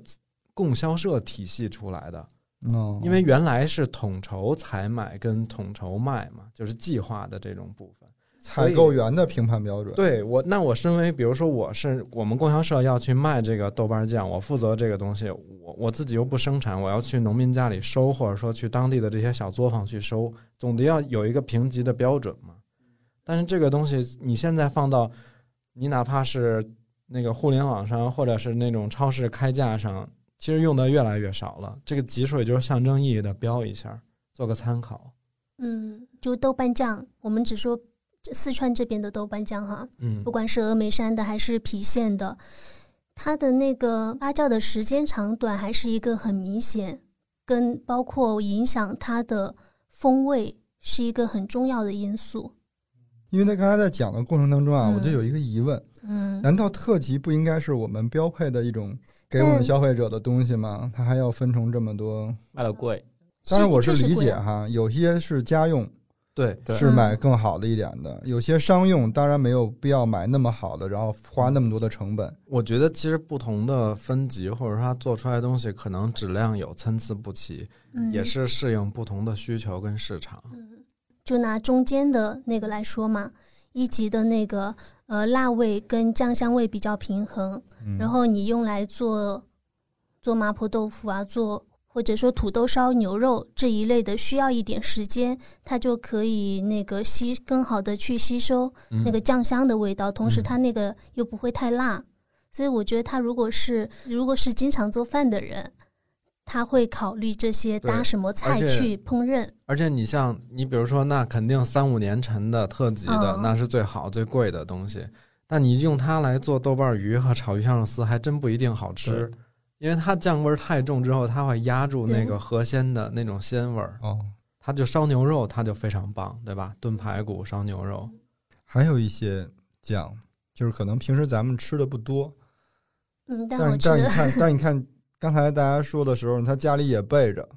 Speaker 1: 供销社体系出来的，
Speaker 3: 哦，
Speaker 1: 因为原来是统筹采买跟统筹卖嘛，就是计划的这种部分。
Speaker 3: 采购员的评判标准，
Speaker 1: 对我，那我身为比如说我是我们供销社要去卖这个豆瓣酱，我负责这个东西，我我自己又不生产，我要去农民家里收，或者说去当地的这些小作坊去收，总得要有一个评级的标准嘛。但是这个东西你现在放到你哪怕是那个互联网上，或者是那种超市开架上，其实用的越来越少了。这个级数也就是象征意义的标一下，做个参考。
Speaker 2: 嗯，就豆瓣酱，我们只说这四川这边的豆瓣酱哈，
Speaker 1: 嗯
Speaker 2: 不管是峨眉山的还是郫县的，它的那个发酵的时间长短还是一个很明显，跟包括影响它的风味是一个很重要的因素。
Speaker 3: 因为他刚才在讲的过程当中啊，
Speaker 2: 嗯
Speaker 3: 我就有一个疑问：
Speaker 2: 嗯，
Speaker 3: 难道特级不应该是我们标配的一种给我
Speaker 2: 嗯
Speaker 3: 们消费者的东西吗？它还要分成这么多？
Speaker 4: 卖的贵，
Speaker 3: 当然，我是
Speaker 2: 确实
Speaker 3: 理
Speaker 2: 贵
Speaker 3: 解
Speaker 2: 啊
Speaker 3: 哈，有些是家用，
Speaker 1: 对，
Speaker 4: 对
Speaker 3: 是买更好的一点的；有些商用，当然没有必要买那么好的，然后花那么多的成本。
Speaker 1: 我觉得其实不同的分级，或者说它做出来的东西，可能质量有参差不齐，
Speaker 2: 嗯
Speaker 1: 也是适应不同的需求跟市场。
Speaker 2: 嗯，就拿中间的那个来说嘛，一级的那个呃辣味跟酱香味比较平衡，
Speaker 3: 嗯
Speaker 2: 然后你用来做做麻婆豆腐啊，做或者说土豆烧牛肉这一类的，需要一点时间，它就可以那个吸更好的去吸收
Speaker 1: 嗯
Speaker 2: 那个酱香的味道，同时
Speaker 1: 嗯
Speaker 2: 它那个又不会太辣，所以我觉得他如果是如果是经常做饭的人，他会考虑这些搭
Speaker 1: 对
Speaker 2: 什么菜
Speaker 1: 且
Speaker 2: 去烹饪。
Speaker 1: 而且你像你比如说，那肯定三五年陈的特级的，
Speaker 2: 嗯
Speaker 1: 那是最好最贵的东西。但你用它来做豆瓣鱼和炒鱼香肉丝，还真不一定好吃，因为它酱味儿太重之后，它会压住那
Speaker 2: 对
Speaker 1: 个河鲜的那种鲜味儿。
Speaker 3: 哦，
Speaker 1: 它就烧牛肉，它就非常棒，对吧？炖排骨、烧牛肉，
Speaker 3: 还有一些酱，就是可能平时咱们吃的不多，
Speaker 2: 嗯，但好
Speaker 3: 但
Speaker 2: 吃
Speaker 3: 但你
Speaker 2: 的，
Speaker 3: 看， 但你看刚才大家说的时候，他家里也备着，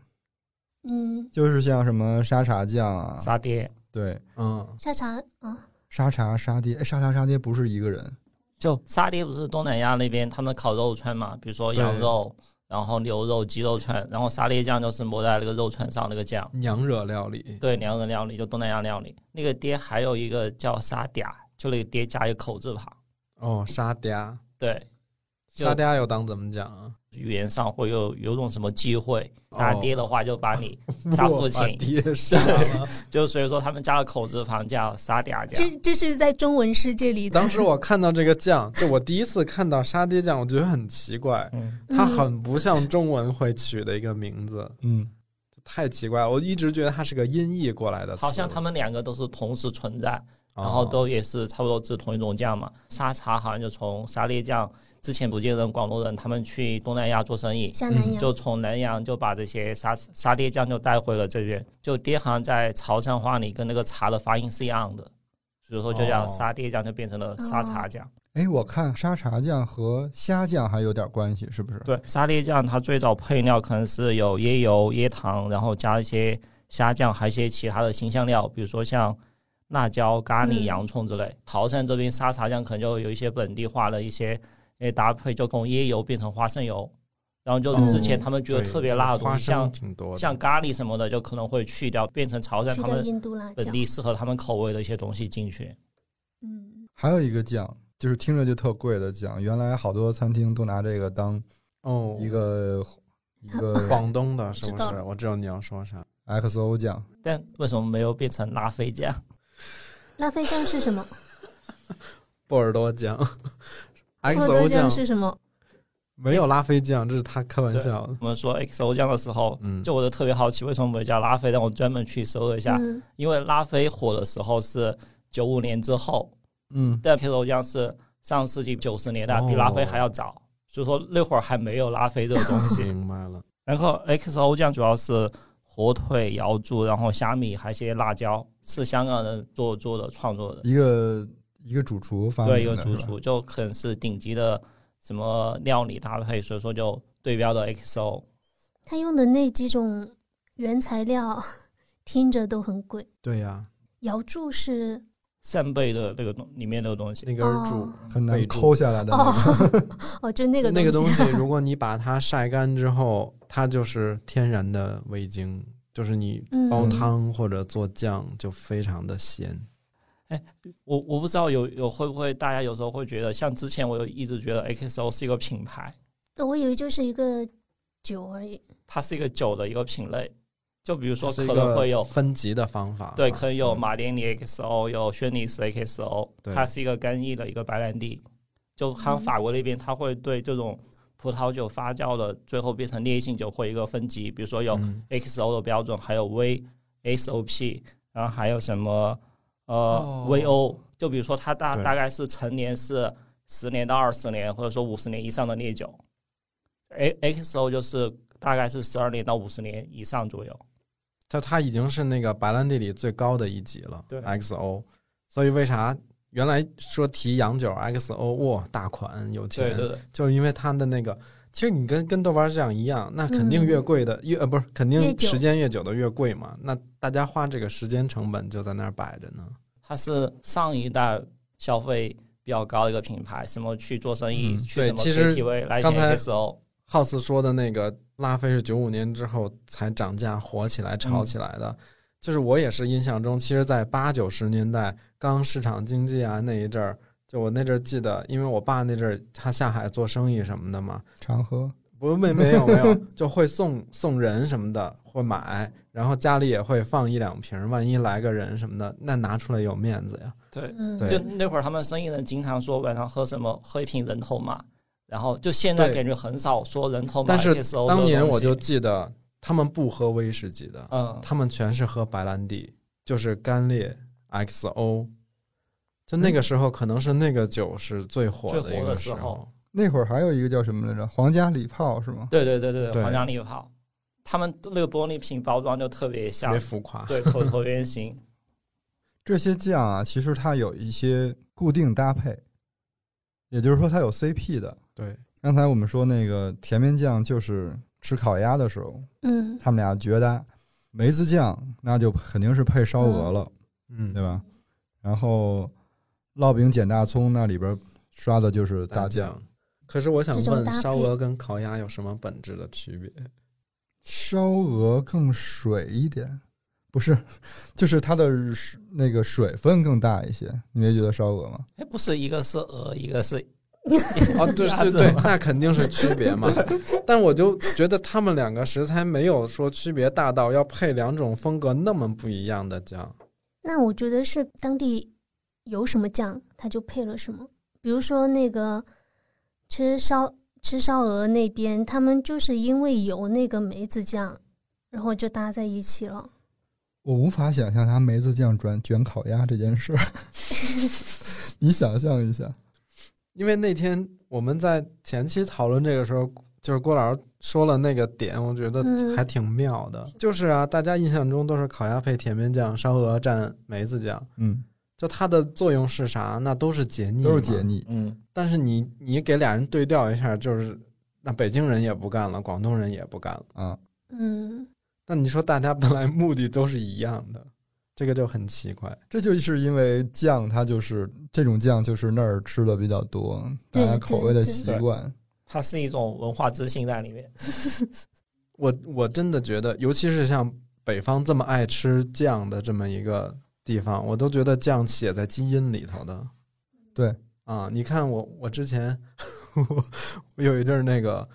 Speaker 2: 嗯，
Speaker 3: 就是像什么沙茶酱啊，
Speaker 4: 沙爹
Speaker 3: 对，
Speaker 1: 嗯，
Speaker 2: 沙茶啊，
Speaker 3: 沙茶沙爹，哎，沙茶沙爹不是一个人，
Speaker 4: 就沙爹不是东南亚那边他们烤肉串嘛，比如说羊
Speaker 1: 对
Speaker 4: 肉，然后牛肉、鸡肉串，然后沙爹酱就是抹在那个肉串上那个酱。
Speaker 1: 娘惹料理，
Speaker 4: 对，两种料理就东南亚料理，那个爹还有一个叫沙嗲，就那个爹加一个口字旁。
Speaker 1: 哦，沙嗲，
Speaker 4: 对，就
Speaker 1: 沙嗲又当怎么讲啊？
Speaker 4: 语言上会有有种什么机会，
Speaker 1: 哦
Speaker 4: 沙爹的话就把你杀父
Speaker 1: 我
Speaker 4: 亲，
Speaker 1: 把爹杀了。
Speaker 4: 就所以说他们加了口字旁叫沙嗲酱。
Speaker 2: 这这是在中文世界里的，
Speaker 1: 当时我看到这个酱， 就我第一次看到沙爹酱，我觉得很奇怪，
Speaker 4: 嗯，
Speaker 1: 它很不像中文会取的一个名字，
Speaker 3: 嗯，
Speaker 1: 太奇怪了。我一直觉得它是个音译过来的词，
Speaker 4: 好像他们两个都是同时存在，
Speaker 1: 哦，
Speaker 4: 然后都也是差不多制同一种酱嘛。沙茶好像就从沙爹酱，之前福建人、广东人他们去东南亚做生意，
Speaker 2: 像
Speaker 1: 嗯
Speaker 2: 南洋，
Speaker 4: 就从南洋就把这些沙沙爹酱就带回了这边。就爹好像在潮汕话里跟那个茶的发音是一样的，所以说就叫
Speaker 1: 哦
Speaker 4: 沙爹酱就变成了沙茶酱。
Speaker 3: 哎，我看沙茶酱和虾酱还有点关系，是不是？
Speaker 4: 对，沙爹酱它最早配料可能是有椰油、椰糖，然后加一些虾酱，还有一些其他的新香料，比如说像辣椒、咖
Speaker 2: 嗯
Speaker 4: 喱、洋葱之类。潮汕这边沙茶酱可能就有一些本地化的一些诶搭配，就从椰油变成花生油，然后就之前他们觉得
Speaker 1: 哦对
Speaker 4: 特别辣的东
Speaker 1: 花
Speaker 4: 西，像
Speaker 1: 生挺多的，
Speaker 4: 像咖喱什么的，就可能会去掉，变成潮汕
Speaker 2: 去
Speaker 4: 他
Speaker 2: 掉
Speaker 4: 们
Speaker 2: 印度辣椒
Speaker 4: 本，地适合他们口味的一些东西进去。
Speaker 2: 嗯，
Speaker 3: 还有一个酱，就是听着就特贵的酱，原来好多餐厅都拿这个当
Speaker 1: 哦
Speaker 3: 一个一个
Speaker 1: 广东的是不
Speaker 2: 知道
Speaker 1: 是？
Speaker 2: 了
Speaker 1: 我知道你要说啥。
Speaker 3: XO 酱，
Speaker 4: 但为什么没有变成拉菲酱？
Speaker 2: 拉菲酱是什么？
Speaker 1: 波尔多酱
Speaker 2: 波尔
Speaker 1: ，XO
Speaker 2: 多
Speaker 1: 哎酱
Speaker 2: 酱是什么？
Speaker 1: 没有拉菲酱，这是他开玩笑的。
Speaker 4: 我们说 XO 酱的时候，
Speaker 1: 嗯，
Speaker 4: 就我就特别好奇为什么没有叫拉菲，但我专门去搜了一下，
Speaker 2: 嗯，
Speaker 4: 因为拉菲火的时候是九五年之后，
Speaker 3: 嗯，
Speaker 4: 但 XO 酱是上世纪九十年代，
Speaker 1: 哦
Speaker 4: 比拉菲还要早，所以说那会儿还没有拉菲这个 东西。
Speaker 1: 明白了。
Speaker 4: 然后 XO 酱主要是火腿、瑶柱，然后虾米，还有一些辣椒，是香港人做做的创作的。
Speaker 3: 一个一个主厨发
Speaker 4: 对，
Speaker 3: 明
Speaker 4: 有
Speaker 3: 的，
Speaker 4: 主
Speaker 3: 是吧
Speaker 4: 厨就可能是顶级的什么料理搭配，所以说就对标的 XO。
Speaker 2: 他用的那几种原材料， 听着都很贵。
Speaker 1: 对呀、
Speaker 2: 瑶柱是
Speaker 4: 扇贝的那个东里面那个东西，
Speaker 1: 那根儿柱，
Speaker 3: 很难
Speaker 1: 备注
Speaker 3: 抠下来的那个。
Speaker 2: 哦 哦，就那个
Speaker 1: 那个
Speaker 2: 东
Speaker 1: 东西，如果你把它晒干之后，它就是天然的味精，就是你
Speaker 2: 嗯
Speaker 1: 煲汤或者做酱就非常的鲜。
Speaker 4: 我我不知道有有会不会大家有时候会觉得，像之前我有一直觉得 XO 是一个品牌，
Speaker 2: 对我以为就是一个酒而已。
Speaker 4: 它是一个酒的一个品类，就比如说
Speaker 1: 这是一
Speaker 4: 可能会
Speaker 1: 个
Speaker 4: 有。
Speaker 1: 分级的方法，
Speaker 4: 对，可能有
Speaker 1: 嗯
Speaker 4: 马连尼 XO，有轩尼诗 XO，
Speaker 1: 对
Speaker 4: 它是一个干邑的一个白兰地。就看
Speaker 2: 嗯
Speaker 4: 法国那边，它会对这种葡萄酒发酵的最后变成烈性酒会有一个分级，比如说有
Speaker 1: 嗯
Speaker 4: XO 的标准，还有 VSOP，然后还有什么呃、
Speaker 3: 哦
Speaker 4: VO，就比如说它大
Speaker 1: 对
Speaker 4: 大概是成年是十年到二十年，或者说五十年以上的烈酒，A XO 就是大概是十二年到五十年以上左右。
Speaker 1: 它它已经是那个白兰地里最高的一级了，
Speaker 4: 对
Speaker 1: XO，所以为啥原来说提洋酒 XO 哇大款有钱，
Speaker 4: 对对对，
Speaker 1: 就是因为它的那个，其实你跟跟豆瓣酱一样，那肯定越贵的、越呃不是肯
Speaker 2: 嗯越
Speaker 1: 定
Speaker 2: 久
Speaker 1: 时间越久的越贵嘛，那大家花这个时间成本就在那儿摆着呢，
Speaker 4: 它是上一代消费比较高的一个品牌，什么去做生意，
Speaker 1: 嗯
Speaker 4: 去
Speaker 1: 对
Speaker 4: 什么
Speaker 1: 其实
Speaker 4: KTV 来
Speaker 1: 刚才
Speaker 4: 点 XO，
Speaker 1: 浩斯说的那个拉菲是九五年之后才涨价火起来、炒起来的。
Speaker 2: 嗯
Speaker 1: 就是我也是印象中，其实，在八九十年代刚市场经济啊那一阵儿，就我那阵儿记得，因为我爸那阵儿他下海做生意什么的嘛，
Speaker 3: 常喝，
Speaker 1: 不没没有没有，就会送送人什么的，会买，然后家里也会放一两瓶儿，万一来个人什么的，那拿出来有面子呀。
Speaker 4: 对，
Speaker 2: 嗯，
Speaker 1: 对
Speaker 4: 就那会儿他们生意人经常说晚上喝什么，喝一瓶人头马。然后就现在
Speaker 1: 对
Speaker 4: 感觉很少说人头马
Speaker 1: 但
Speaker 4: XO
Speaker 1: 是
Speaker 4: 这个东西，
Speaker 1: 当年我就记得，他们不喝威士忌的，
Speaker 4: 嗯，
Speaker 1: 他们全是喝白兰地，就是干烈 XO。就那个时候，可能是那个酒是最火的
Speaker 4: 最
Speaker 1: 一
Speaker 4: 火
Speaker 1: 个
Speaker 4: 的时候
Speaker 1: 候。
Speaker 3: 那会儿还有一个叫什么来着？皇家礼炮是吗？
Speaker 4: 对对对对，
Speaker 1: 对
Speaker 4: 对皇家礼炮，他们那个玻璃瓶包装就特别
Speaker 1: 特
Speaker 4: 像
Speaker 1: 别，浮夸。
Speaker 4: 对，椭椭圆形。
Speaker 3: 这些酱啊，其实它有一些固定搭配，也就是说它有 CP 的。
Speaker 1: 对，
Speaker 3: 刚才我们说那个甜面酱，就是吃烤鸭的时候，
Speaker 2: 嗯，
Speaker 3: 他们俩绝搭。梅子酱那就肯定是配烧鹅了，
Speaker 1: 嗯
Speaker 3: 对吧？然后烙饼捡大葱，那里边刷的就是
Speaker 1: 大
Speaker 3: 大酱。
Speaker 1: 酱。可是我想
Speaker 2: 这种
Speaker 1: 问
Speaker 2: 搭，配
Speaker 1: 烧鹅跟烤鸭有什么本质的区别？
Speaker 3: 烧鹅更水一点，不是，就是它的水那个水分更大一些。你没觉得烧鹅吗？
Speaker 5: 哎，不是一个是鹅，一个是
Speaker 1: 哦，对
Speaker 5: 鸭
Speaker 1: 对
Speaker 5: 子
Speaker 1: 对，
Speaker 5: 吗
Speaker 1: 那肯定是区别嘛。 但我就觉得他们两个食材没有说区别大到要配两种风格那么不一样的酱。
Speaker 2: 那我觉得是当地有什么酱，它就配了什么。比如说那个吃烧吃烧鹅那边，他们就是因为有那个梅子酱，然后就搭在一起了。
Speaker 3: 我无法想象拿梅子酱转卷烤鸭这件事儿。 你想象一下，
Speaker 1: 因为那天我们在前期讨论这个时候，就是郭老师说了那个点，我觉得
Speaker 2: 嗯
Speaker 1: 还挺妙的。就是啊，大家印象中都是烤鸭配甜面酱，烧鹅蘸梅子酱，
Speaker 3: 嗯，
Speaker 1: 就它的作用是啥？那都是解腻，
Speaker 3: 都是解。腻。
Speaker 4: 嗯，
Speaker 1: 但是你你给俩人对调一下，就是那北京人也不干了，广东人也不干了。
Speaker 3: 啊，
Speaker 2: 嗯，
Speaker 1: 那你说大家本来目的都是一样的，这个就很奇怪。
Speaker 3: 这就是因为酱，它就是这种酱，就是那儿吃的比较多，大
Speaker 2: 对
Speaker 3: 家口味的
Speaker 2: 对
Speaker 3: 习
Speaker 4: 对
Speaker 3: 惯。
Speaker 5: 它是一种文化自信在里面。
Speaker 1: 我我真的觉得，尤其是像北方这么爱吃酱的这么一个地方，我都觉得酱写在基因里头的。
Speaker 3: 对
Speaker 1: 啊，你看我我之前我我有一阵儿那个，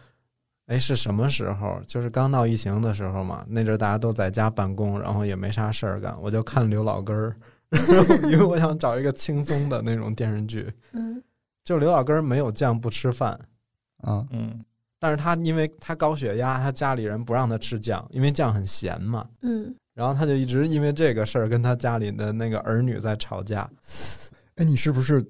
Speaker 1: 哎是什么时候？就是刚闹疫情的时候嘛，那阵儿大家都在家办公，然后也没啥事儿干，我就看刘老根儿， 因为我想找一个轻松的那种电视剧。
Speaker 2: 嗯，
Speaker 1: 就刘老根儿没有酱不吃饭，
Speaker 3: 啊，
Speaker 4: 嗯，
Speaker 1: 但是他因为他高血压，他家里人不让他吃酱，因为酱很咸嘛。
Speaker 2: 嗯，
Speaker 1: 然后他就一直因为这个事儿跟他家里的那个儿女在吵架。
Speaker 3: 哎，你是不是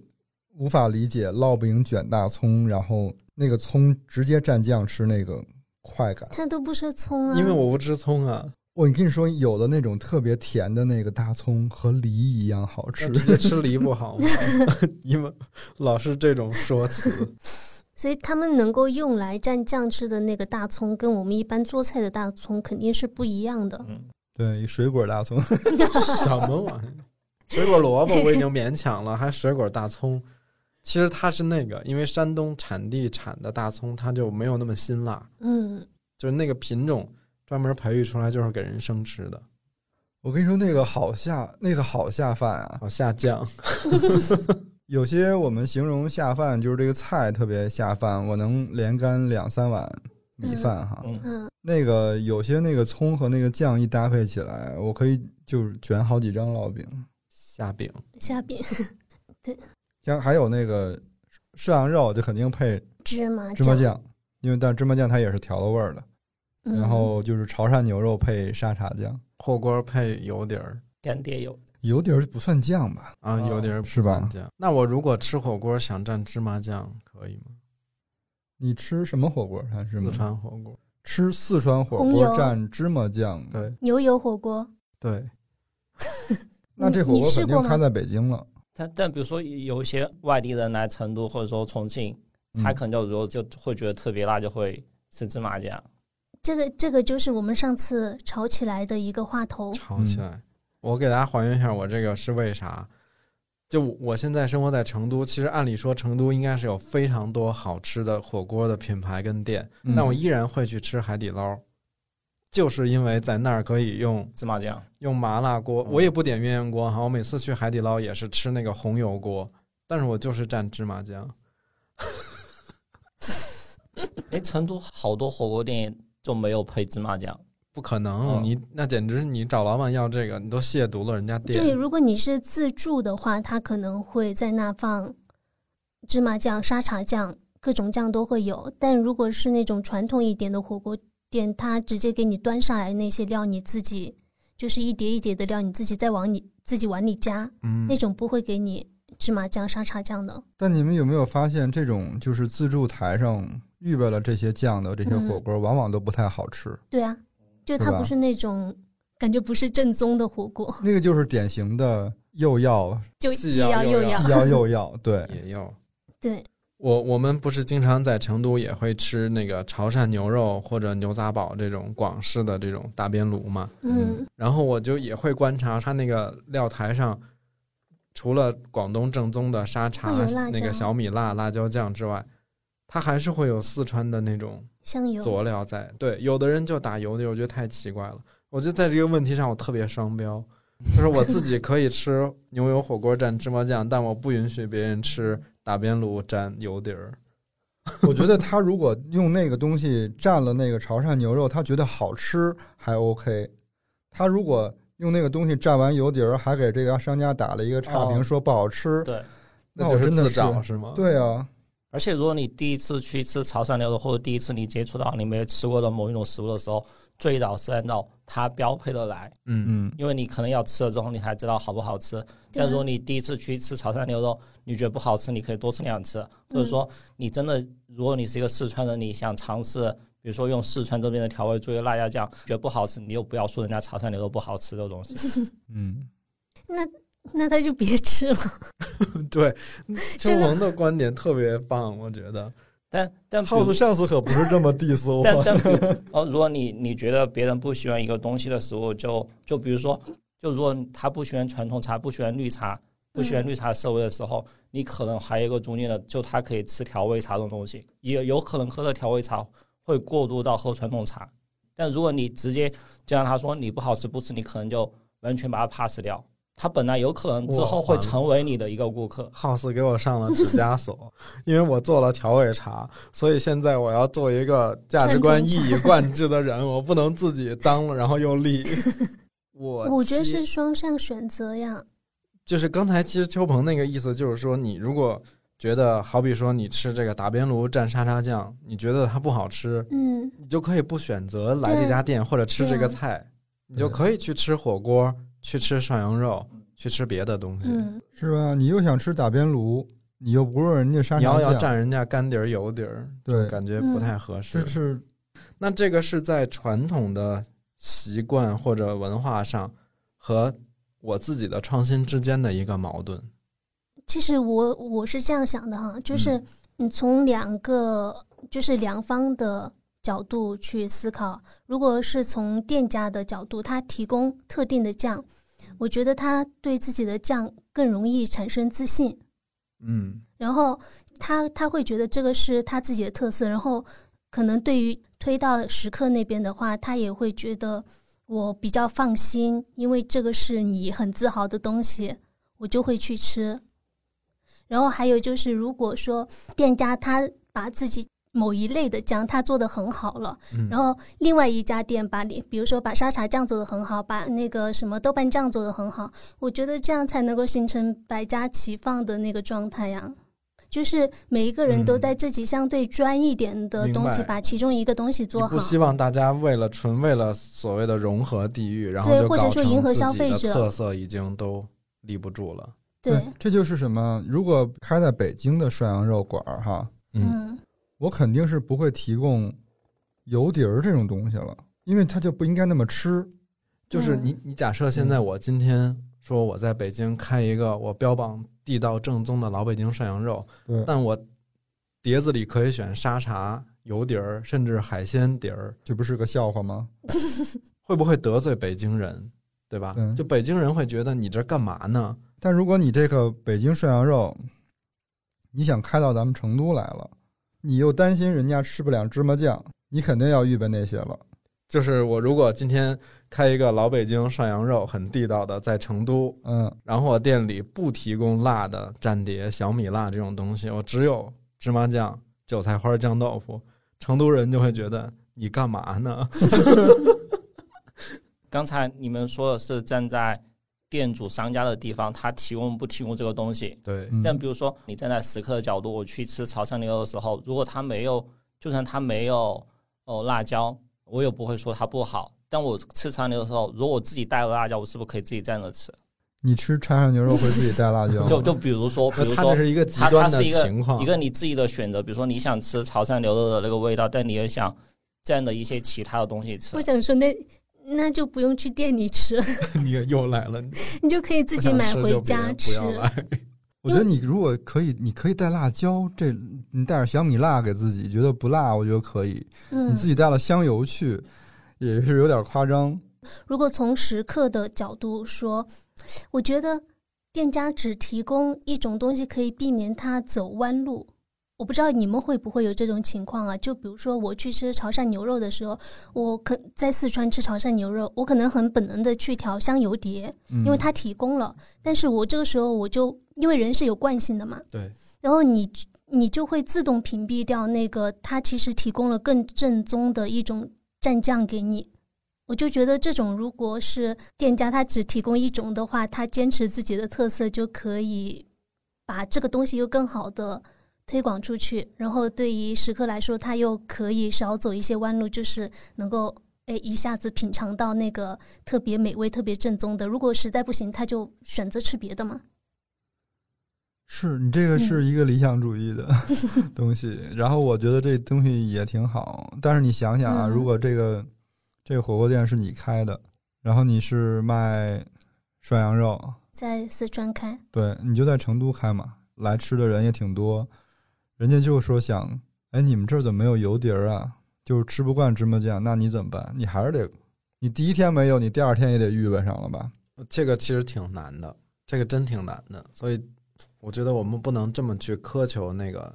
Speaker 3: 无法理解烙不赢卷大葱，然后那个葱直接蘸酱吃那个快感？
Speaker 2: 它都不是葱啊，
Speaker 1: 因为我不吃葱啊，
Speaker 3: 我跟你说，有的那种特别甜的那个大葱和梨一样好吃
Speaker 1: 那。直接吃梨不好吗？因为老是这种说辞。
Speaker 2: 所以他们能够用来蘸酱吃的那个大葱，跟我们一般做菜的大葱肯定是不一样的。
Speaker 4: 嗯
Speaker 1: 嗯
Speaker 3: 对，水果大葱，
Speaker 1: 什么玩意儿？水果萝卜我已经勉强了，还水果大葱。其实它是那个，因为山东产地产的大葱，它就没有那么辛辣，
Speaker 2: 嗯，
Speaker 1: 就是那个品种专门培育出来就是给人生吃的，
Speaker 3: 我跟你说，那个好下，那个好下饭啊。
Speaker 1: 好哦下酱。
Speaker 3: 有些我们形容下饭，就是这个菜特别下饭，我能连干两三碗米饭哈。
Speaker 4: 嗯
Speaker 2: 嗯，
Speaker 3: 那个有些那个葱和那个酱一搭配起来，我可以就是卷好几张烙饼。
Speaker 1: 虾饼，
Speaker 2: 下边
Speaker 3: 像还有那个涮羊肉，就肯定配
Speaker 2: 芝麻
Speaker 3: 芝麻酱，因为但芝麻酱它也是调了味儿的。
Speaker 2: 嗯
Speaker 3: 然后就是潮汕牛肉配沙茶酱，
Speaker 1: 火锅配油碟儿
Speaker 5: 干爹有
Speaker 3: 油碟儿不算酱吧？
Speaker 1: 啊，
Speaker 5: 哦
Speaker 1: 油碟儿不
Speaker 3: 是吧
Speaker 1: 蘸酱。那我如果吃火锅想蘸芝麻酱可以吗？
Speaker 3: 你吃什么火锅？它是
Speaker 1: 四
Speaker 3: 吗？
Speaker 1: 川火锅，
Speaker 3: 吃四川火
Speaker 2: 红
Speaker 3: 锅
Speaker 2: 油
Speaker 3: 蘸芝麻酱，
Speaker 1: 对
Speaker 2: 牛油火锅，
Speaker 1: 对，
Speaker 3: 那这火
Speaker 2: 你
Speaker 3: 锅
Speaker 2: 你试
Speaker 3: 肯定
Speaker 2: 过吗？
Speaker 3: 开在北京了。
Speaker 5: 但但比如说有一些外地人来成都或者说重庆，
Speaker 3: 嗯
Speaker 5: 他可能就如果就会觉得特别辣，就会吃芝麻酱。
Speaker 2: 这个这个就是我们上次吵起来的一个话
Speaker 3: 嗯
Speaker 2: 头。
Speaker 1: 炒起来。我给大家还原一下，我这个是为啥？就我现在生活在成都，其实按理说成都应该是有非常多好吃的火锅的品牌跟店，
Speaker 3: 嗯
Speaker 1: 但我依然会去吃海底捞，就是因为在那儿可以用
Speaker 5: 芝麻酱，
Speaker 1: 用麻辣锅，
Speaker 3: 嗯
Speaker 1: 我也不点鸳鸯锅哈。我每次去海底捞也是吃那个红油锅，但是我就是蘸芝麻酱。
Speaker 5: 哎，成都好多火锅店就没有配芝麻酱。
Speaker 1: 不可
Speaker 5: 哦
Speaker 1: 能，你那简直你找老板要这个，你都亵渎了人家
Speaker 2: 对，
Speaker 1: 店。
Speaker 2: 如果你是自助的话，他可能会在那放芝麻酱、沙茶酱，各种酱都会有。但如果是那种传统一点的火锅店，他直接给你端上来那些料，你自己就是一碟一碟的料，你自己再往你自己碗里加，
Speaker 1: 嗯
Speaker 2: 那，种不会给你芝麻酱、沙茶酱的。
Speaker 3: 但你们有没有发现，这种就是自助台上预备了这些酱的这
Speaker 2: 嗯
Speaker 3: 些火锅，往往都不太好吃。
Speaker 2: 对啊，就是它
Speaker 3: 吧
Speaker 2: 不是那种感觉不是正宗的火锅，
Speaker 3: 那个就是典型的又要
Speaker 2: 就
Speaker 1: 既
Speaker 2: 既
Speaker 1: 要
Speaker 2: 要
Speaker 1: 又
Speaker 2: 又
Speaker 1: 要
Speaker 2: 要。
Speaker 3: 既要又 要，对，
Speaker 1: 也要。
Speaker 2: 对，
Speaker 1: 我我们不是经常在成都也会吃那个潮汕牛肉或者牛杂煲这种广式的这种大边炉嘛，
Speaker 2: 嗯
Speaker 1: 然后我就也会观察它那个料台上。除了广东正宗的沙茶
Speaker 2: 会有辣椒
Speaker 1: 那个小米辣辣椒酱之外，它还是会有四川的那种
Speaker 2: 香油
Speaker 1: 佐料在。对，有的人就打油的，我觉得太奇怪了。我觉得在这个问题上我特别双标，就是我自己可以吃牛油火锅蘸芝麻酱，但我不允许别人吃打边炉蘸油底儿。
Speaker 3: 我觉得他如果用那个东西蘸了那个潮汕牛肉，他觉得好吃还 OK。他如果用那个东西蘸完油底儿，还给这个商家打了一个差评，
Speaker 4: 哦
Speaker 3: 说不好吃，
Speaker 4: 对。
Speaker 3: 那
Speaker 1: 就
Speaker 3: 我
Speaker 1: 是
Speaker 3: 真的
Speaker 1: 自
Speaker 3: 是
Speaker 1: 找是吗？
Speaker 3: 对啊，
Speaker 4: 而且如果你第一次去吃潮汕牛肉，或者第一次你接触到你没有吃过的某一种食物的时候，最早是按照它标配的来，
Speaker 1: 嗯，
Speaker 3: 嗯，
Speaker 4: 因为你可能要吃了之后你才知道好不好吃。
Speaker 2: 对啊
Speaker 4: 但如果你第一次去吃潮汕牛肉，你觉得不好吃，你可以多吃两次，或者说你真的，如果你是一个四川人，你想尝试。比如说用四川这边的调味做一个辣椒酱，觉得不好吃，你又不要说人家潮汕牛肉不好吃这个东西。
Speaker 3: 嗯，
Speaker 2: 那他就别吃了。
Speaker 1: 嗯对，秋
Speaker 2: 真的
Speaker 1: 萌的观点特别棒，我觉得。
Speaker 4: 但但比如
Speaker 3: 耗子上次可不是这么 diss 我，
Speaker 4: 但但比如哦，如果你你觉得别人不喜欢一个东西的食物，就就比如说，就如果他不喜欢传统茶，不喜欢绿茶，不喜欢
Speaker 2: 嗯
Speaker 4: 绿茶社会的时候，你可能还有一个中间的，就他可以吃调味茶这种东西，也有可能喝的调味茶会过渡到喝传统茶。但如果你直接就让他说你不好吃不吃，你可能就完全把它 pass 掉。他本来有可能之
Speaker 1: 哇
Speaker 4: 后会
Speaker 1: 完了
Speaker 4: 成为你的一个顾 客，
Speaker 1: House 给我上了指甲锁，因为我做了调味茶，所以现在我要做一个价值观一 以贯之的人，我不能自己当了然后又立。我
Speaker 2: 我觉得
Speaker 1: 其
Speaker 2: 是双向选择呀。
Speaker 1: 就是刚才其实秋鹏那个意思就是说，你如果觉得好比说你吃这个打边炉蘸沙茶酱，你觉得它不好吃，
Speaker 2: 嗯，
Speaker 1: 你就可以不选择来这家店或者吃这个
Speaker 2: 啊
Speaker 1: 菜，你就可以去吃火锅，去吃涮羊肉，
Speaker 3: 嗯
Speaker 1: 去吃别的东西。
Speaker 2: 嗯，
Speaker 3: 是吧？你又想吃打边炉，你又不论人家沙
Speaker 1: 你要要
Speaker 3: 茶
Speaker 1: 蘸
Speaker 3: 酱，
Speaker 1: 人家干底儿油底儿，
Speaker 3: 对
Speaker 1: 感觉
Speaker 2: 嗯
Speaker 1: 不太合适。
Speaker 3: 这是
Speaker 1: 那这个是在传统的习惯或者文化上和我自己的创新之间的一个矛盾。
Speaker 2: 其实我我是这样想的哈，就是你从两个就是两方的角度去思考。如果是从店家的角度，他提供特定的酱，我觉得他对自己的酱更容易产生自信。
Speaker 1: 嗯，
Speaker 2: 然后他他会觉得这个是他自己的特色，然后可能对于推到食客那边的话，他也会觉得我比较放心，因为这个是你很自豪的东西，我就会去吃。然后还有就是，如果说店家他把自己某一类的酱他做的很好了，
Speaker 1: 嗯
Speaker 2: 然后另外一家店把你，比如说把沙茶酱做的很好，把那个什么豆瓣酱做的很好，我觉得这样才能够形成百家齐放的那个状态呀。就是每一个人都
Speaker 1: 嗯
Speaker 2: 在自己相对专一点的
Speaker 1: 明
Speaker 2: 东西，
Speaker 1: 白
Speaker 2: 把其中一个东西
Speaker 1: 你
Speaker 2: 做好
Speaker 1: 不。希望大家为了纯为了所谓的融合地域，然后
Speaker 2: 对
Speaker 1: 就
Speaker 2: 或者
Speaker 1: 搞
Speaker 2: 说
Speaker 1: 成
Speaker 2: 迎合
Speaker 1: 自己
Speaker 2: 消费
Speaker 1: 的
Speaker 2: 者
Speaker 1: 特色已经都立不住了。
Speaker 2: 对，
Speaker 3: 这就是什么？如果开在北京的涮羊肉馆儿哈，
Speaker 2: 嗯，
Speaker 3: 我肯定是不会提供油碟儿这种东西了，因为它就不应该那么吃。
Speaker 1: 就是你，你假设现在
Speaker 3: 嗯
Speaker 1: 我今天说我在北京开一个我标榜地道正宗的老北京涮羊肉，
Speaker 3: 对
Speaker 1: 但我碟子里可以选沙茶、油碟儿，甚至海鲜碟儿，
Speaker 3: 这不是个笑话吗？
Speaker 1: 会不会得罪北京人？对吧？
Speaker 3: 对
Speaker 1: 就北京人会觉得你这干嘛呢？
Speaker 3: 但如果你这个北京涮羊肉，你想开到咱们成都来了，你又担心人家吃不了芝麻酱，你肯定要预备那些了。
Speaker 1: 就是我如果今天开一个老北京涮羊肉，很地道的，在成都，
Speaker 3: 嗯，
Speaker 1: 然后我店里不提供辣的蘸碟、小米辣这种东西，我只有芝麻酱、韭菜花酱豆腐，成都人就会觉得你干嘛呢？
Speaker 4: 刚才你们说的是站在店主商家的地方，他提供不提供这个东西，
Speaker 1: 对，
Speaker 3: 嗯
Speaker 4: 但比如说，你站在食客的角度，我去吃潮汕牛肉的时候，如果他没有，就算他没有哦辣椒，我也不会说它不好。但我吃潮汕牛肉的时候，如果我自己带了辣椒，我是不是可以自己蘸着吃？
Speaker 3: 你吃潮汕牛肉会自己带辣椒吗？
Speaker 4: 就就比如说，比
Speaker 1: 那
Speaker 4: 如
Speaker 1: 嗯它这
Speaker 4: 说
Speaker 1: 是一个极
Speaker 4: 它它
Speaker 1: 端的
Speaker 4: 是一个
Speaker 1: 情况，
Speaker 4: 一个你自己的选择，比如说你想吃潮汕牛肉的那个味道，但你也想蘸着一些其他的东西吃
Speaker 2: 我。想说那那就不用去店里吃，
Speaker 1: 你又来了，你
Speaker 2: 你就可以自己买回家
Speaker 1: 不
Speaker 2: 吃。
Speaker 1: 要来。
Speaker 3: 我觉得你如果可以，你可以带辣椒，这你带点小米辣给自己，觉得不辣，我觉得可以。
Speaker 2: 嗯
Speaker 3: 你，自己带了香油去，也是有点夸张。
Speaker 2: 如果从食客的角度说，我觉得店家只提供一种东西，可以避免它走弯路。我不知道你们会不会有这种情况啊？就比如说我去吃潮汕牛肉的时候，我可在四川吃潮汕牛肉，我可能很本能的去调香油碟，
Speaker 3: 因
Speaker 2: 因为它提供了。但是我这个时候我就因为人是有惯性的嘛，
Speaker 1: 对，
Speaker 2: 然后你你就会自动屏蔽掉那个它其实提供了更正宗的一种蘸酱给你。我就觉得这种如果是店家他只提供一种的话，他坚持自己的特色就可以把这个东西又更好的推广出去，然后对于食客来说，他又可以少走一些弯路，就是能够。哎，一下子品尝到那个特别美味、特别正宗的。如果实在不行，他就选择吃别的嘛。
Speaker 3: 是你这个是一个理想主义的东西，然后我觉得这东西也挺好，但是你想想啊，
Speaker 2: 嗯
Speaker 3: 如果这个这个火锅店是你开的，然后你是卖涮羊肉，
Speaker 2: 在四川开，
Speaker 3: 对你就在成都开嘛，来吃的人也挺多，人家就说想，哎，你们这儿怎么没有油碟儿啊？就是吃不惯芝麻酱，那你怎么办？你还是得，你第一天没有，你第二天也得预备上了吧？
Speaker 1: 这个其实挺难的，这个真挺难的，所以我觉得我们不能这么去苛求那个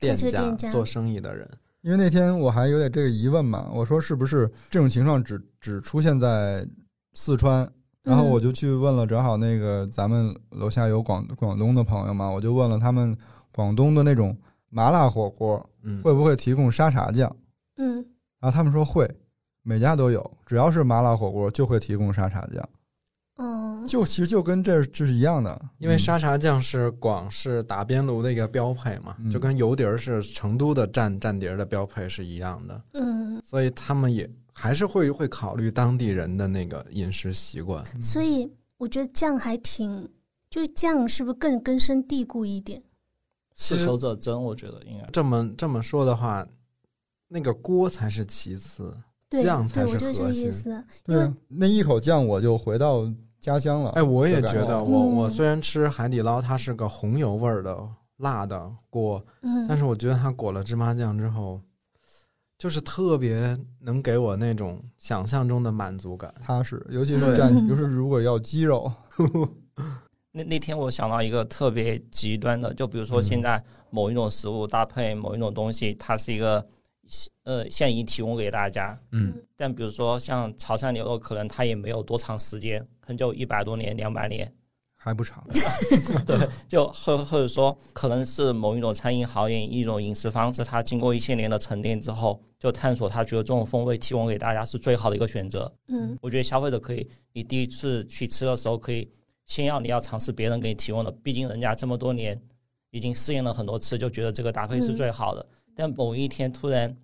Speaker 1: 店
Speaker 2: 苛求
Speaker 1: 家
Speaker 2: 店家
Speaker 1: 做生意的人。
Speaker 3: 因为那天我还有点这个疑问嘛，我说是不是这种情况只只出现在四川？
Speaker 2: 嗯
Speaker 3: 然后我就去问了，正好那个咱们楼下有广广东的朋友嘛，我就问了他们广东的那种麻辣火锅
Speaker 1: 嗯，
Speaker 3: 会不会提供沙茶酱，
Speaker 2: 嗯，
Speaker 3: 然后他们说会，每家都有，只要是麻辣火锅就会提供沙茶酱，
Speaker 2: 嗯，
Speaker 3: 就其实就跟这这是一样的，
Speaker 1: 因为沙茶酱是广式打边炉的一个标配嘛，
Speaker 3: 嗯
Speaker 1: 就跟油碟儿是成都的蘸蘸碟儿的标配是一样的，
Speaker 2: 嗯，
Speaker 1: 所以他们也还是会会考虑当地人的那个饮食习惯。
Speaker 3: 嗯
Speaker 2: 所以我觉得酱还挺，就是酱是不是更根深蒂固一点？
Speaker 1: 其
Speaker 4: 是
Speaker 1: 实
Speaker 4: 口者争，我觉得应该。
Speaker 1: 这么这么说的话，那个锅才是其次。
Speaker 2: 对，
Speaker 1: 酱才
Speaker 2: 对我
Speaker 1: 是
Speaker 2: 就是这
Speaker 1: 核
Speaker 2: 个意
Speaker 1: 心
Speaker 2: 思。
Speaker 3: 对啊，那一口酱我就回到家乡了。
Speaker 1: 哎，我也觉
Speaker 3: 哦就感觉
Speaker 1: 得我，我
Speaker 2: 嗯
Speaker 1: 虽然吃海底捞，它是个红油味儿的辣的锅，
Speaker 2: 嗯，
Speaker 1: 但是我觉得它裹了芝麻酱之后，就是特别能给我那种想象中的满足感。
Speaker 3: 踏实，尤其是
Speaker 1: 对
Speaker 3: 蘸，尤其是如果要鸡肉，
Speaker 4: 那那天我想到一个特别极端的，就比如说
Speaker 1: 嗯
Speaker 4: 现在某一种食物搭配某一种东西，它是一个呃现已提供给大家，
Speaker 1: 嗯
Speaker 4: 但比如说像潮汕牛肉，可能它也没有多长时间，可能就一百多年、两百年，
Speaker 3: 还不长。
Speaker 4: 对，就或或者说可能是某一种餐饮行业一种饮食方式，它经过一些年的沉淀之后，就探索它觉得这种风味提供给大家是最好的一个选择。
Speaker 2: 嗯
Speaker 4: 我觉得消费者可以，你第一次去吃的时候，可以先要你要尝试别人给你提供的，毕竟人家这么多年已经试验了很多次，就觉得这个搭配是最好的。但某一天突然，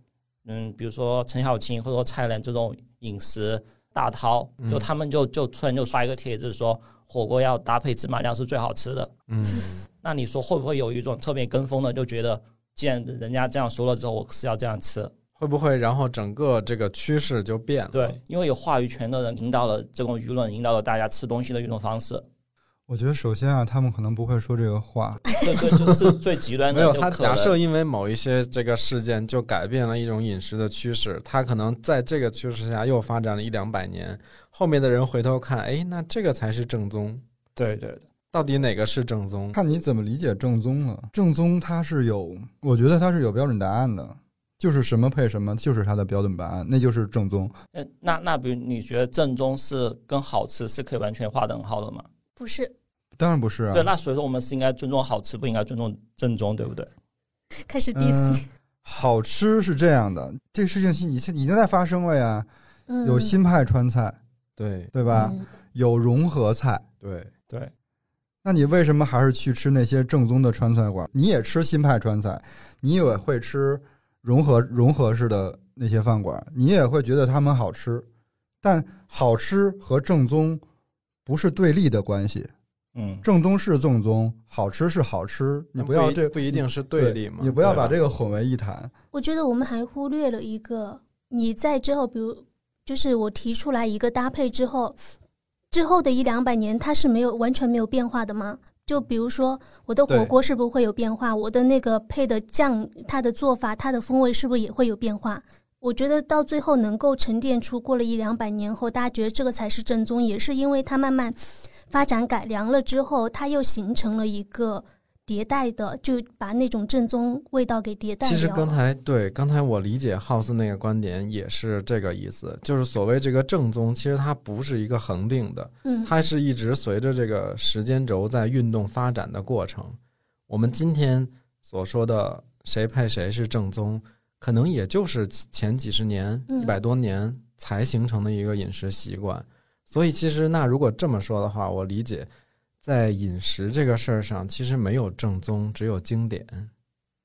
Speaker 4: 嗯，比如说陈小青或者说蔡澜这种饮食大饕，
Speaker 1: 嗯
Speaker 4: 就他们就就突然就刷一个帖子说火锅要搭配芝麻酱是最好吃的。
Speaker 1: 嗯，
Speaker 4: 那你说会不会有一种特别跟风的，就觉得既然人家这样说了之后，我是要这样吃？
Speaker 1: 会不会然后整个这个趋势就变了？
Speaker 4: 对，因为有话语权的人引导了这种舆论，引导了大家吃东西的一种方式。
Speaker 3: 我觉得首先啊，他们可能不会说这个话，
Speaker 4: 对对，就是最极端
Speaker 1: 没
Speaker 4: 的，
Speaker 1: 有，
Speaker 4: 就
Speaker 1: 他
Speaker 4: 可
Speaker 1: 假设
Speaker 4: 能
Speaker 1: 因为某一些这个事件就改变了一种饮食的趋势，他可能在这个趋势下又发展了一两百年，后面的人回头看，哎，那这个才是正宗，
Speaker 4: 对对对，
Speaker 1: 到底哪个是正宗？
Speaker 3: 看你怎么理解正宗了、正宗它是有，我觉得它是有标准答案的，就是什么配什么，就是它的标准答案，那就是正宗。
Speaker 4: 呃那那比如你觉得正宗是跟好吃是可以完全划等号的吗？
Speaker 2: 不是，
Speaker 3: 当然不是啊。
Speaker 4: 对，那所以说我们是应该尊重好吃，不应该尊重正宗，对不对？
Speaker 2: 开始
Speaker 3: 嗯
Speaker 2: diss，、
Speaker 3: 好吃是这样的，这个事情是已经已经在发生了呀。
Speaker 2: 嗯，
Speaker 3: 有新派川菜，
Speaker 1: 对
Speaker 3: 对吧？
Speaker 2: 嗯
Speaker 3: 有融合菜，
Speaker 1: 对，
Speaker 4: 对，
Speaker 3: 那你为什么还是去吃那些正宗的川菜馆？你也吃新派川菜，你也会吃融合融合式的那些饭馆，你也会觉得他们好吃，但好吃和正宗不是对立的关系，
Speaker 4: 嗯，
Speaker 3: 正宗是正宗，好吃是好吃，你
Speaker 1: 但
Speaker 3: 不要
Speaker 1: 一
Speaker 3: 这
Speaker 1: 不一定是
Speaker 3: 对
Speaker 1: 立嘛，
Speaker 3: 你不要把
Speaker 1: 对吧
Speaker 3: 这个混为一谈。
Speaker 2: 我觉得我们还忽略了一个，你在之后，比如就是我提出来一个搭配之后，之后的一两百年，它是没有完全没有变化的吗？就比如说我的火
Speaker 1: 对
Speaker 2: 锅是不是会有变化？我的那个配的酱，它的做法、它的风味是不是也会有变化？我觉得到最后能够沉淀出过了一两百年后，大家觉得这个才是正宗，也是因为它慢慢发展改良了之后，它又形成了一个迭代的，就把那种正宗味道给迭代掉了。
Speaker 1: 其实刚才对刚才我理解 House 那个观点也是这个意思，就是所谓这个正宗，其实它不是一个恒定的，
Speaker 2: 嗯，
Speaker 1: 它是一直随着这个时间轴在运动发展的过程。我们今天所说的谁配谁是正宗，可能也就是前几十年、
Speaker 2: 嗯
Speaker 1: 一百多年才形成的一个饮食习惯。所以，其实那如果这么说的话，我理解，在饮食这个事儿上，其实没有正宗，只有经典。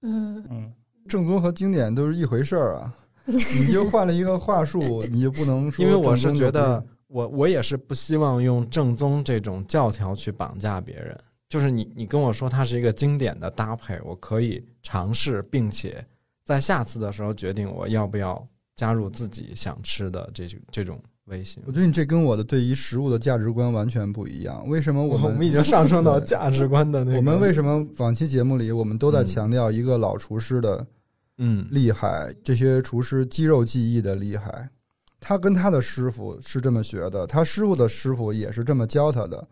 Speaker 2: 嗯，
Speaker 4: 嗯，
Speaker 3: 正宗和经典都是一回事儿 啊。你就换了一个话术，你就不能说
Speaker 1: 因为我
Speaker 3: 正
Speaker 1: 是
Speaker 3: 宗
Speaker 1: 觉
Speaker 3: 就不
Speaker 1: 得，我我也是不希望用正宗这种教条去绑架别人。就是你你跟我说它是一个经典的搭配，我可以尝试，并且在下次的时候决定我要不要加入自己想吃的这种这种类型
Speaker 3: 我。觉得你这跟我的对于食物的价值观完全不一样。为什么我
Speaker 1: 哦我
Speaker 3: 们
Speaker 1: 们已经上升到价值观的那个，
Speaker 3: 我们为什么往期节目里我们都在
Speaker 1: 嗯
Speaker 3: 强调一个老厨师的
Speaker 1: 嗯
Speaker 3: 厉害，这些厨师肌肉记忆的厉害？他跟他的师傅是这么学的，他师傅的师傅也是这么教他的。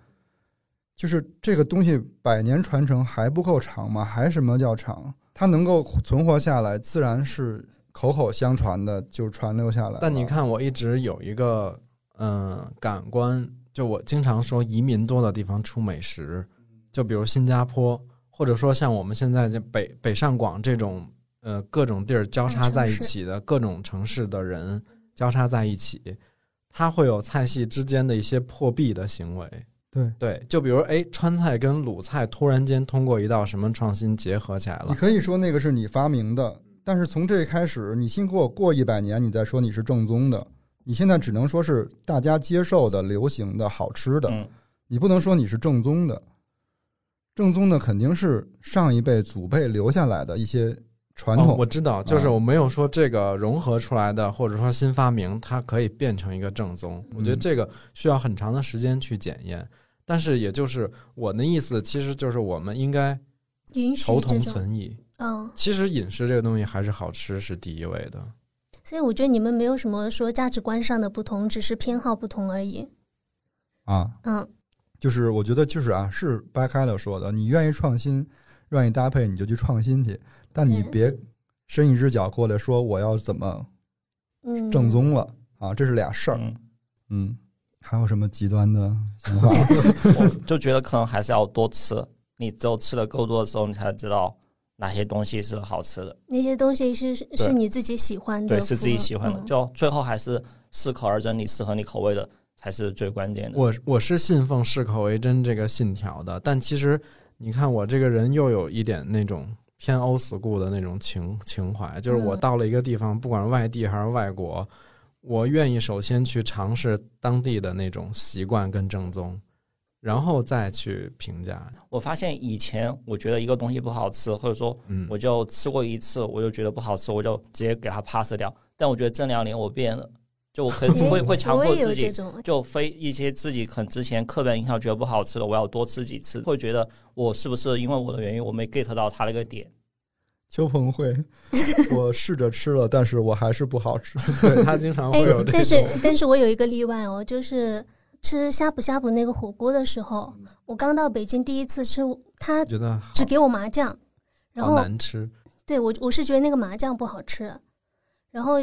Speaker 3: 就是这个东西百年传承还不够长吗？还什么叫长？它能够存活下来，自然是口口相传的，就传留下来了。
Speaker 1: 但你看，我一直有一个嗯、呃感官，就我经常说，移民多的地方出美食，就比如新加坡，或者说像我们现在这北北上广这种呃各种地儿交叉在一起的各种城市的人交叉在一起，它会有菜系之间的一些破壁的行为。
Speaker 3: 对
Speaker 1: 对，就比如哎，川菜跟鲁菜突然间通过一道什么创新结合起来
Speaker 3: 你
Speaker 1: 了，
Speaker 3: 可以说那个是你发明的，但是从这开始，你先给我过一百年，你再说你是正宗的。你现在只能说是大家接受的、流行的、好吃的，
Speaker 4: 嗯
Speaker 3: 你不能说你是正宗的。正宗的肯定是上一辈、祖辈留下来的一些传
Speaker 1: 哦
Speaker 3: 统。，
Speaker 1: 我知道，就是
Speaker 3: 啊
Speaker 1: 我没有说这个融合出来的，或者说新发明，它可以变成一个正宗。我觉得
Speaker 3: 嗯
Speaker 1: 这个需要很长的时间去检验。但是，也就是我的意思，其实就是我们应该
Speaker 2: 允许
Speaker 1: 求
Speaker 2: 这
Speaker 1: 同
Speaker 2: 种，
Speaker 1: 存异。
Speaker 2: 嗯，
Speaker 1: 其实饮食这个东西还是好吃是第一位的。
Speaker 2: 所以我觉得你们没有什么说价值观上的不同，只是偏好不同而已。
Speaker 3: 啊，
Speaker 2: 嗯，
Speaker 3: 就是我觉得就是啊，是掰开了说的，你愿意创新，愿意搭配，你就去创新去，但你
Speaker 2: 对
Speaker 3: 别伸一只脚过来说我要怎么
Speaker 2: 嗯，
Speaker 3: 正宗了啊，这是俩事儿。
Speaker 4: 嗯
Speaker 3: 嗯，还有什么极端的想法？
Speaker 4: 我就觉得可能还是要多吃，你只有吃的够多的时候，你才知道哪些东西是好吃的，
Speaker 2: 那些东西是是是你自己喜欢的，
Speaker 4: 对，是自己喜欢的。
Speaker 2: 嗯
Speaker 4: 就最后还是适口而真，你适合你口味的才是最关键的。
Speaker 1: 我我是信奉适口为真这个信条的，但其实你看我这个人又有一点那种偏 old school 的那种情情怀，就是我
Speaker 2: 嗯
Speaker 1: 到了一个地方，不管是外地还是外国，我愿意首先去尝试当地的那种习惯跟正宗，然后再去评价。
Speaker 4: 我发现以前我觉得一个东西不好吃，或者说
Speaker 1: 嗯，
Speaker 4: 我就吃过一次，我就觉得不好吃，我就直接 给它 pass 掉。但我觉得这两年我变了，就 我可能会会强
Speaker 2: 我
Speaker 4: 迫
Speaker 2: 也
Speaker 4: 自
Speaker 2: 有
Speaker 4: 己
Speaker 2: 这，种，
Speaker 4: 就非一些自己可能之前刻板印象觉得不好吃的，我要多吃几次，会觉得我是不是因为我的原因我没 get 到它那个点。，
Speaker 3: 邱鹏会，我试着吃了，但是我还是不好吃。
Speaker 1: 对他经 常会
Speaker 2: 哎
Speaker 1: 有，这种
Speaker 2: 但是。但是我有一个例外哦，就是吃呷哺呷哺那个火锅的时候，我刚到北京第一次吃，他
Speaker 1: 觉得好
Speaker 2: 只给我麻酱，然
Speaker 1: 好
Speaker 2: 后
Speaker 1: 难吃，
Speaker 2: 对我我是觉得那个麻酱不好吃。然后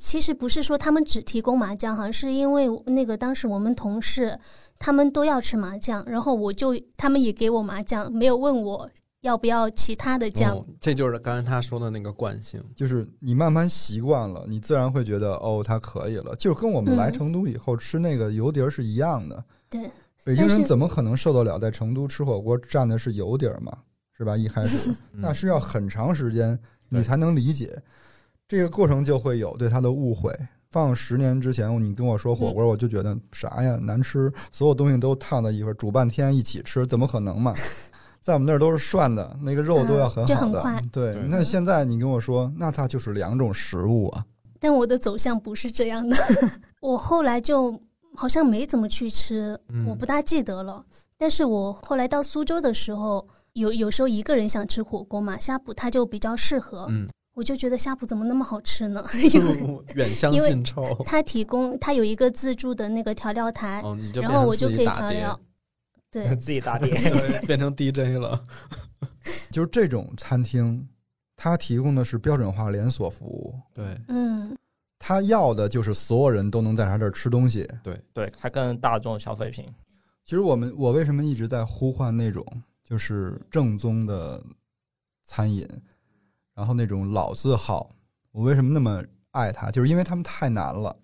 Speaker 2: 其实不是说他们只提供麻酱哈，是因为那个当时我们同事他们都要吃麻酱，然后我就他们也给我麻酱，没有问我要不要其他的酱。
Speaker 1: 哦这就是刚才他说的那个惯性。
Speaker 3: 就是你慢慢习惯了，你自然会觉得哦，它可以了。就是跟我们来
Speaker 2: 嗯
Speaker 3: 成都以后吃那个油碟儿是一样的。
Speaker 2: 对，
Speaker 3: 北京
Speaker 2: 但
Speaker 3: 人
Speaker 2: 是
Speaker 3: 怎么可能受得了在成都吃火锅蘸的是油碟儿嘛？是吧？一开始那
Speaker 1: 嗯
Speaker 3: 是要很长时间
Speaker 1: 对
Speaker 3: 你才能理解，这个过程就会有对它的误会。放十年之前，你跟我说火锅，我就觉得啥呀，难吃，所有东西都烫在一块儿，煮半天一起吃，怎么可能嘛？在我们那儿都是涮的，那个肉都要很
Speaker 2: 嗯就
Speaker 3: 好
Speaker 2: 很
Speaker 3: 的。
Speaker 2: 快
Speaker 3: 对
Speaker 1: 对，
Speaker 3: 那现在你跟我说，那它就是两种食物啊。
Speaker 2: 但我的走向不是这样的。 我后来就好像没怎么去吃，
Speaker 1: 嗯
Speaker 2: 我不大记得了。但是我后来 到苏州的时候，有有时候一个人想吃火锅嘛，呷哺它就比较适合。
Speaker 1: 嗯
Speaker 2: 我就觉得呷哺怎么那么好吃 呢？
Speaker 1: 远香
Speaker 2: 因为
Speaker 1: 近臭。
Speaker 2: 它提供它有一个自助的那个调料台，
Speaker 1: 哦，你就
Speaker 2: 然
Speaker 1: 变
Speaker 2: 后
Speaker 1: 成
Speaker 2: 我就
Speaker 1: 自
Speaker 2: 可
Speaker 1: 己
Speaker 2: 以
Speaker 1: 打
Speaker 2: 调
Speaker 1: 碟，
Speaker 2: 料。对
Speaker 4: 自己打碟。
Speaker 1: 变成 DJ 了。
Speaker 3: 就是这种餐厅，它提供的是标准化连锁服务，
Speaker 1: 对，
Speaker 2: 嗯，
Speaker 3: 它要的就是所有人都能在他这儿吃东西。
Speaker 4: 对，它跟大众消费品，
Speaker 3: 其实我们我为什么一直在呼唤那种就是正宗的餐饮，然后那种老字号，我为什么那么爱它，就是因为他们太难了。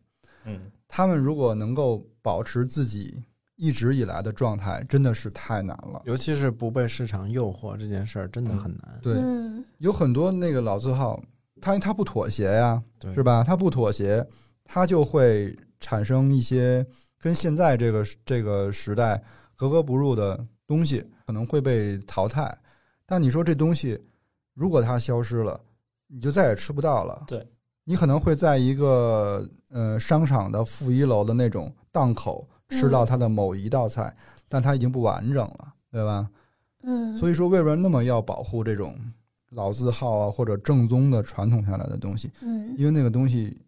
Speaker 4: 嗯，
Speaker 3: 他们如果能够保持自己一直以来的状态，真的是太难了。
Speaker 1: 尤其是不被市场诱惑这件事儿，真的很难。
Speaker 3: 对，
Speaker 2: 嗯，
Speaker 3: 有很多那个老字号，他他不妥协呀、
Speaker 1: 对，
Speaker 3: 是？吧？他不妥协，他就会产生一些跟现在这个这个时代格格不入的东西，可能会被淘汰。但你说这东西，如果它消失了，你就再也吃不到了。
Speaker 4: 对，
Speaker 3: 你可能会在一个呃商场的负一楼的那种档口吃到它的某一道菜，但它已经不完整了，对吧？
Speaker 2: 嗯，
Speaker 3: 所以说，为什么那么要保护这种老字号啊，或者正宗的传统下来的东西？
Speaker 2: 嗯
Speaker 3: 因为那个东西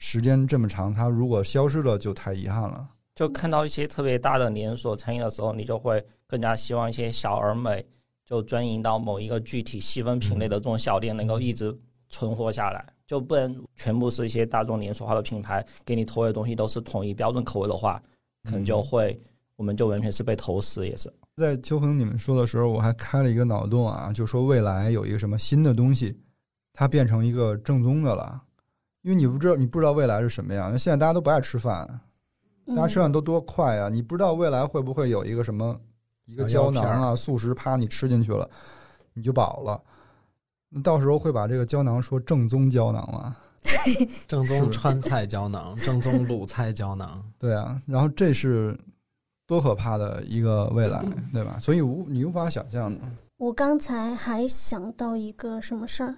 Speaker 3: 时间这么长，它如果消失了就太遗憾了。
Speaker 4: 就看到一些特别大的连锁餐饮的时候，你就会更加希望一些小而美，就专营到某一个具体细分品类的这种小店能够一直存活下来，就不能全部是一些大众连锁化的品牌给你投喂的东西都是统一标准口味的话，可能
Speaker 3: 嗯
Speaker 4: 就会我们就完全是被投食也是。
Speaker 3: 在秋恒你们说的时候，我还开了一个脑洞啊，就说未来有一个什么新的东西，它变成一个正宗的了，因为你不知道你不知道未来是什么样。因为现在大家都不爱吃饭，
Speaker 1: 嗯
Speaker 3: 大
Speaker 2: 嗯
Speaker 3: 家吃饭都多快啊，你不知道未来会不会有一个什么一个胶囊
Speaker 1: 小药片
Speaker 3: 啊、速食，啪你吃进去了，你就饱了。那到时候会把这个胶囊说正宗胶囊吗？
Speaker 1: 正
Speaker 3: 是
Speaker 1: 宗
Speaker 3: 吧
Speaker 1: 川菜胶囊，正宗鲁菜胶囊。
Speaker 3: 对啊，然后这是多可怕的一个未来，对吧？所以无你无法想象的。
Speaker 2: 我刚才还想到一个什么事儿，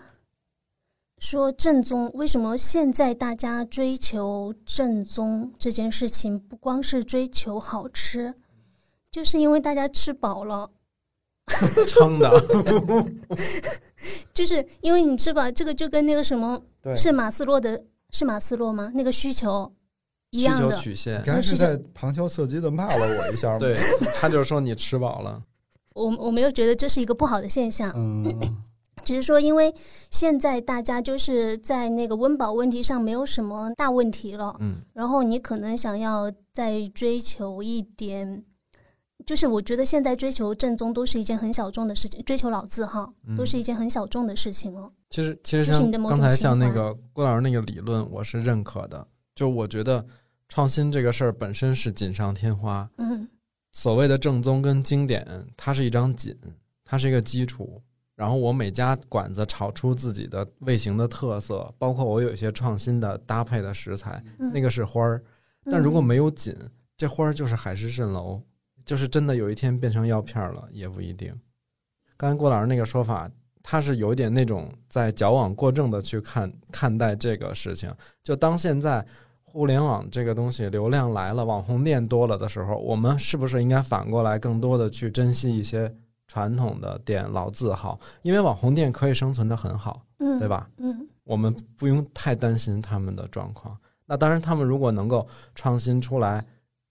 Speaker 2: 说正宗为什么现在大家追求正宗这件事情，不光是追求好吃，就是因为大家吃饱了，
Speaker 1: 撑的，
Speaker 2: 就是因为你吃饱，这个就跟那个什么
Speaker 1: 对
Speaker 2: 是马斯洛的，是马斯洛吗？那个需求一
Speaker 1: 需
Speaker 2: 样
Speaker 1: 求
Speaker 2: 的，
Speaker 1: 曲线
Speaker 3: 你。刚才是在旁敲侧击的骂了我一下吗？
Speaker 1: 对，，他就说你吃饱了，
Speaker 2: 我我没有觉得这是一个不好的现象，
Speaker 3: 嗯，
Speaker 2: 只是说，因为现在大家就是在那个温饱问题上没有什么大问题了，
Speaker 1: 嗯，
Speaker 2: 然后你可能想要再追求一点，就是我觉得现在追求正宗都是一件很小众的事情，追求老字号
Speaker 1: 嗯
Speaker 2: 都是一件很小众的事情了。
Speaker 1: 其实其实
Speaker 2: 这是
Speaker 1: 像
Speaker 2: 你的某
Speaker 1: 刚
Speaker 2: 种
Speaker 1: 才
Speaker 2: 情
Speaker 1: 像那
Speaker 2: 怀
Speaker 1: 个郭老师那个理论，我是认可的。就我觉得创新这个事儿本身是锦上添花，
Speaker 2: 嗯
Speaker 1: 所谓的正宗跟经典，它是一张锦，它是一个基础。然后我每家馆子炒出自己的味型的特色，包括我有一些创新的搭配的食材，
Speaker 2: 嗯，
Speaker 1: 那个是花儿。
Speaker 2: 嗯，
Speaker 1: 但如果没有锦，这花儿就是海市蜃楼，就是真的有一天变成药片儿了也不一定。刚才郭老师那个说法，他是有点那种在矫枉过正的去看看待这个事情。就当现在互联网这个东西流量来了，网红店多了的时候，我们是不是应该反过来更多的去珍惜一些传统的店老字号？因为网红店可以生存的很好，
Speaker 2: 嗯，
Speaker 1: 对？吧？
Speaker 2: 嗯
Speaker 1: 我们不用太担心他们的状况。那当然，他们如果能够创新出来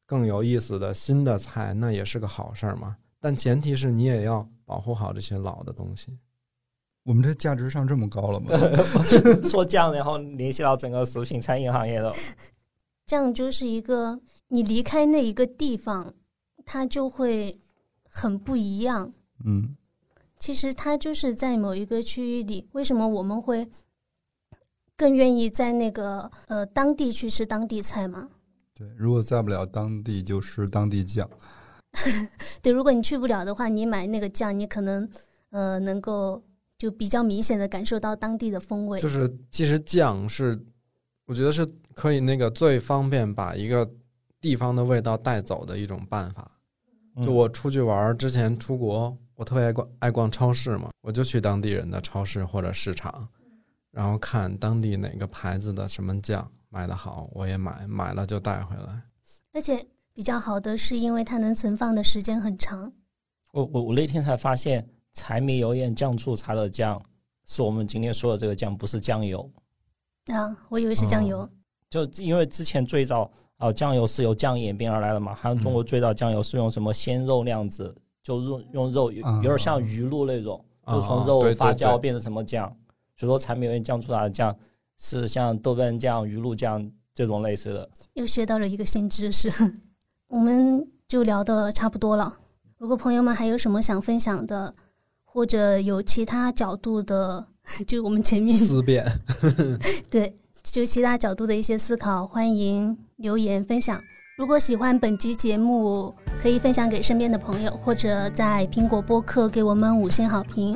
Speaker 1: 更有意思的新的菜，那也是个好事儿嘛。但前提是你也要保护好这些老的东西。
Speaker 3: 我们这价值上这么高了吗？
Speaker 4: 说这样，然后联系到整个食品餐饮行业的，
Speaker 2: 这样就是一个你离开那一个地方，它就会很不一样。
Speaker 3: 嗯，
Speaker 2: 其实它就是在某一个区域里，为什么我们会更愿意在那个呃当地去吃当地菜嘛？
Speaker 3: 对，如果在不了当地，就吃当地酱。
Speaker 2: 对，如果你去不了的话，你买那个酱，你可能呃能够就比较明显的感受到当地的风味
Speaker 1: 就。是其实酱是，我觉得是可以那个最方便把一个地方的味道带走的一种办法。就我出去玩儿之前出国，我特别爱逛爱逛超市嘛，我就去当地人的超市或者市场，然后看当地哪个牌子的什么酱卖的好，我也买，买了就带回来。
Speaker 2: 而且比较好的是，因为它能存放的时间很长。
Speaker 4: 我我我那天才发现，柴米油盐酱醋茶的酱是我们今天说的这个酱，不是酱油。
Speaker 2: 啊，我以为是酱油。
Speaker 4: 就因为之前最早啊、酱油是由酱演变而来的嘛，还有
Speaker 1: 嗯
Speaker 4: 中国最早酱油是用什么鲜肉酿制，就用用肉有有点像鱼露那种，
Speaker 1: 嗯啊
Speaker 4: 就从
Speaker 1: 对
Speaker 4: 肉
Speaker 1: 对
Speaker 4: 发酵
Speaker 1: 对
Speaker 4: 变成什么酱，所以说产品里面酱出来的酱是像豆瓣酱、鱼露酱这种类似的。
Speaker 2: 又学到了一个新知识。我们就聊的差不多了。如果朋友们还有什么想分享的，或者有其他角度的， 就我们前面
Speaker 1: 思 辨。
Speaker 2: 对，就其他角度的一些思考，欢迎留言分享。如果喜欢本期节目，可以分享给身边的朋友，或者在苹果播客给我们五星好评。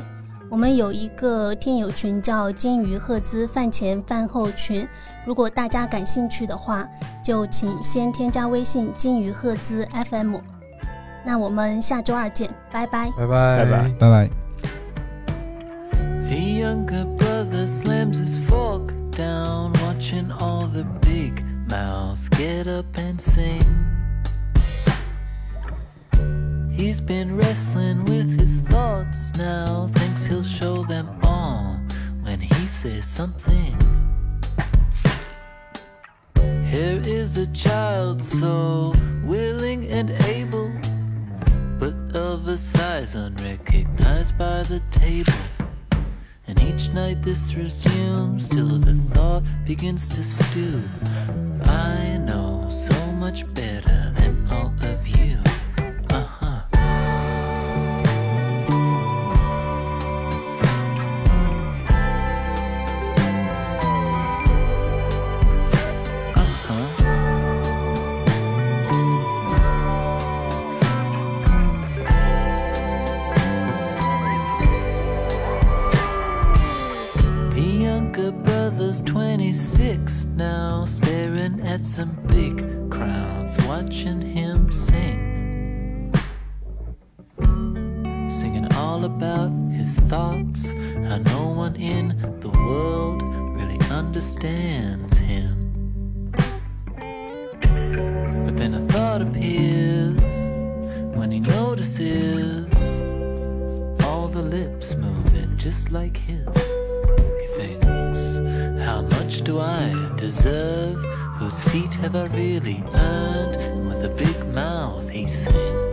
Speaker 2: 我们有一个听友群叫“金鱼赫兹饭前饭后群”，如果大家感兴趣的话，就请先添加微信“金鱼赫兹 FM”。那我们下周二见，拜拜。
Speaker 1: 拜拜
Speaker 4: 拜拜
Speaker 3: 拜拜。
Speaker 6: The younger brother slams his fork down, watching all the big mouths get up and sing. He's been wrestling with his thoughts now, thinks he'll show them all when he says something. Here is a child so willing and able, but of a size unrecognized by the table. And each night this resumes till the thought begins to stew. I know so much better than all of you. Uh huh. Uh huh. The younger brother's 26 now, staring at some big crowds watching him sing. Singing all about his thoughts, how no one in the world really understands him. But then a thought appears when he notices all the lips moving just like his. He thinks, How much do I deserve? Whose seat have I really earned? And with a big mouth he sings. Oh, oh, Oh,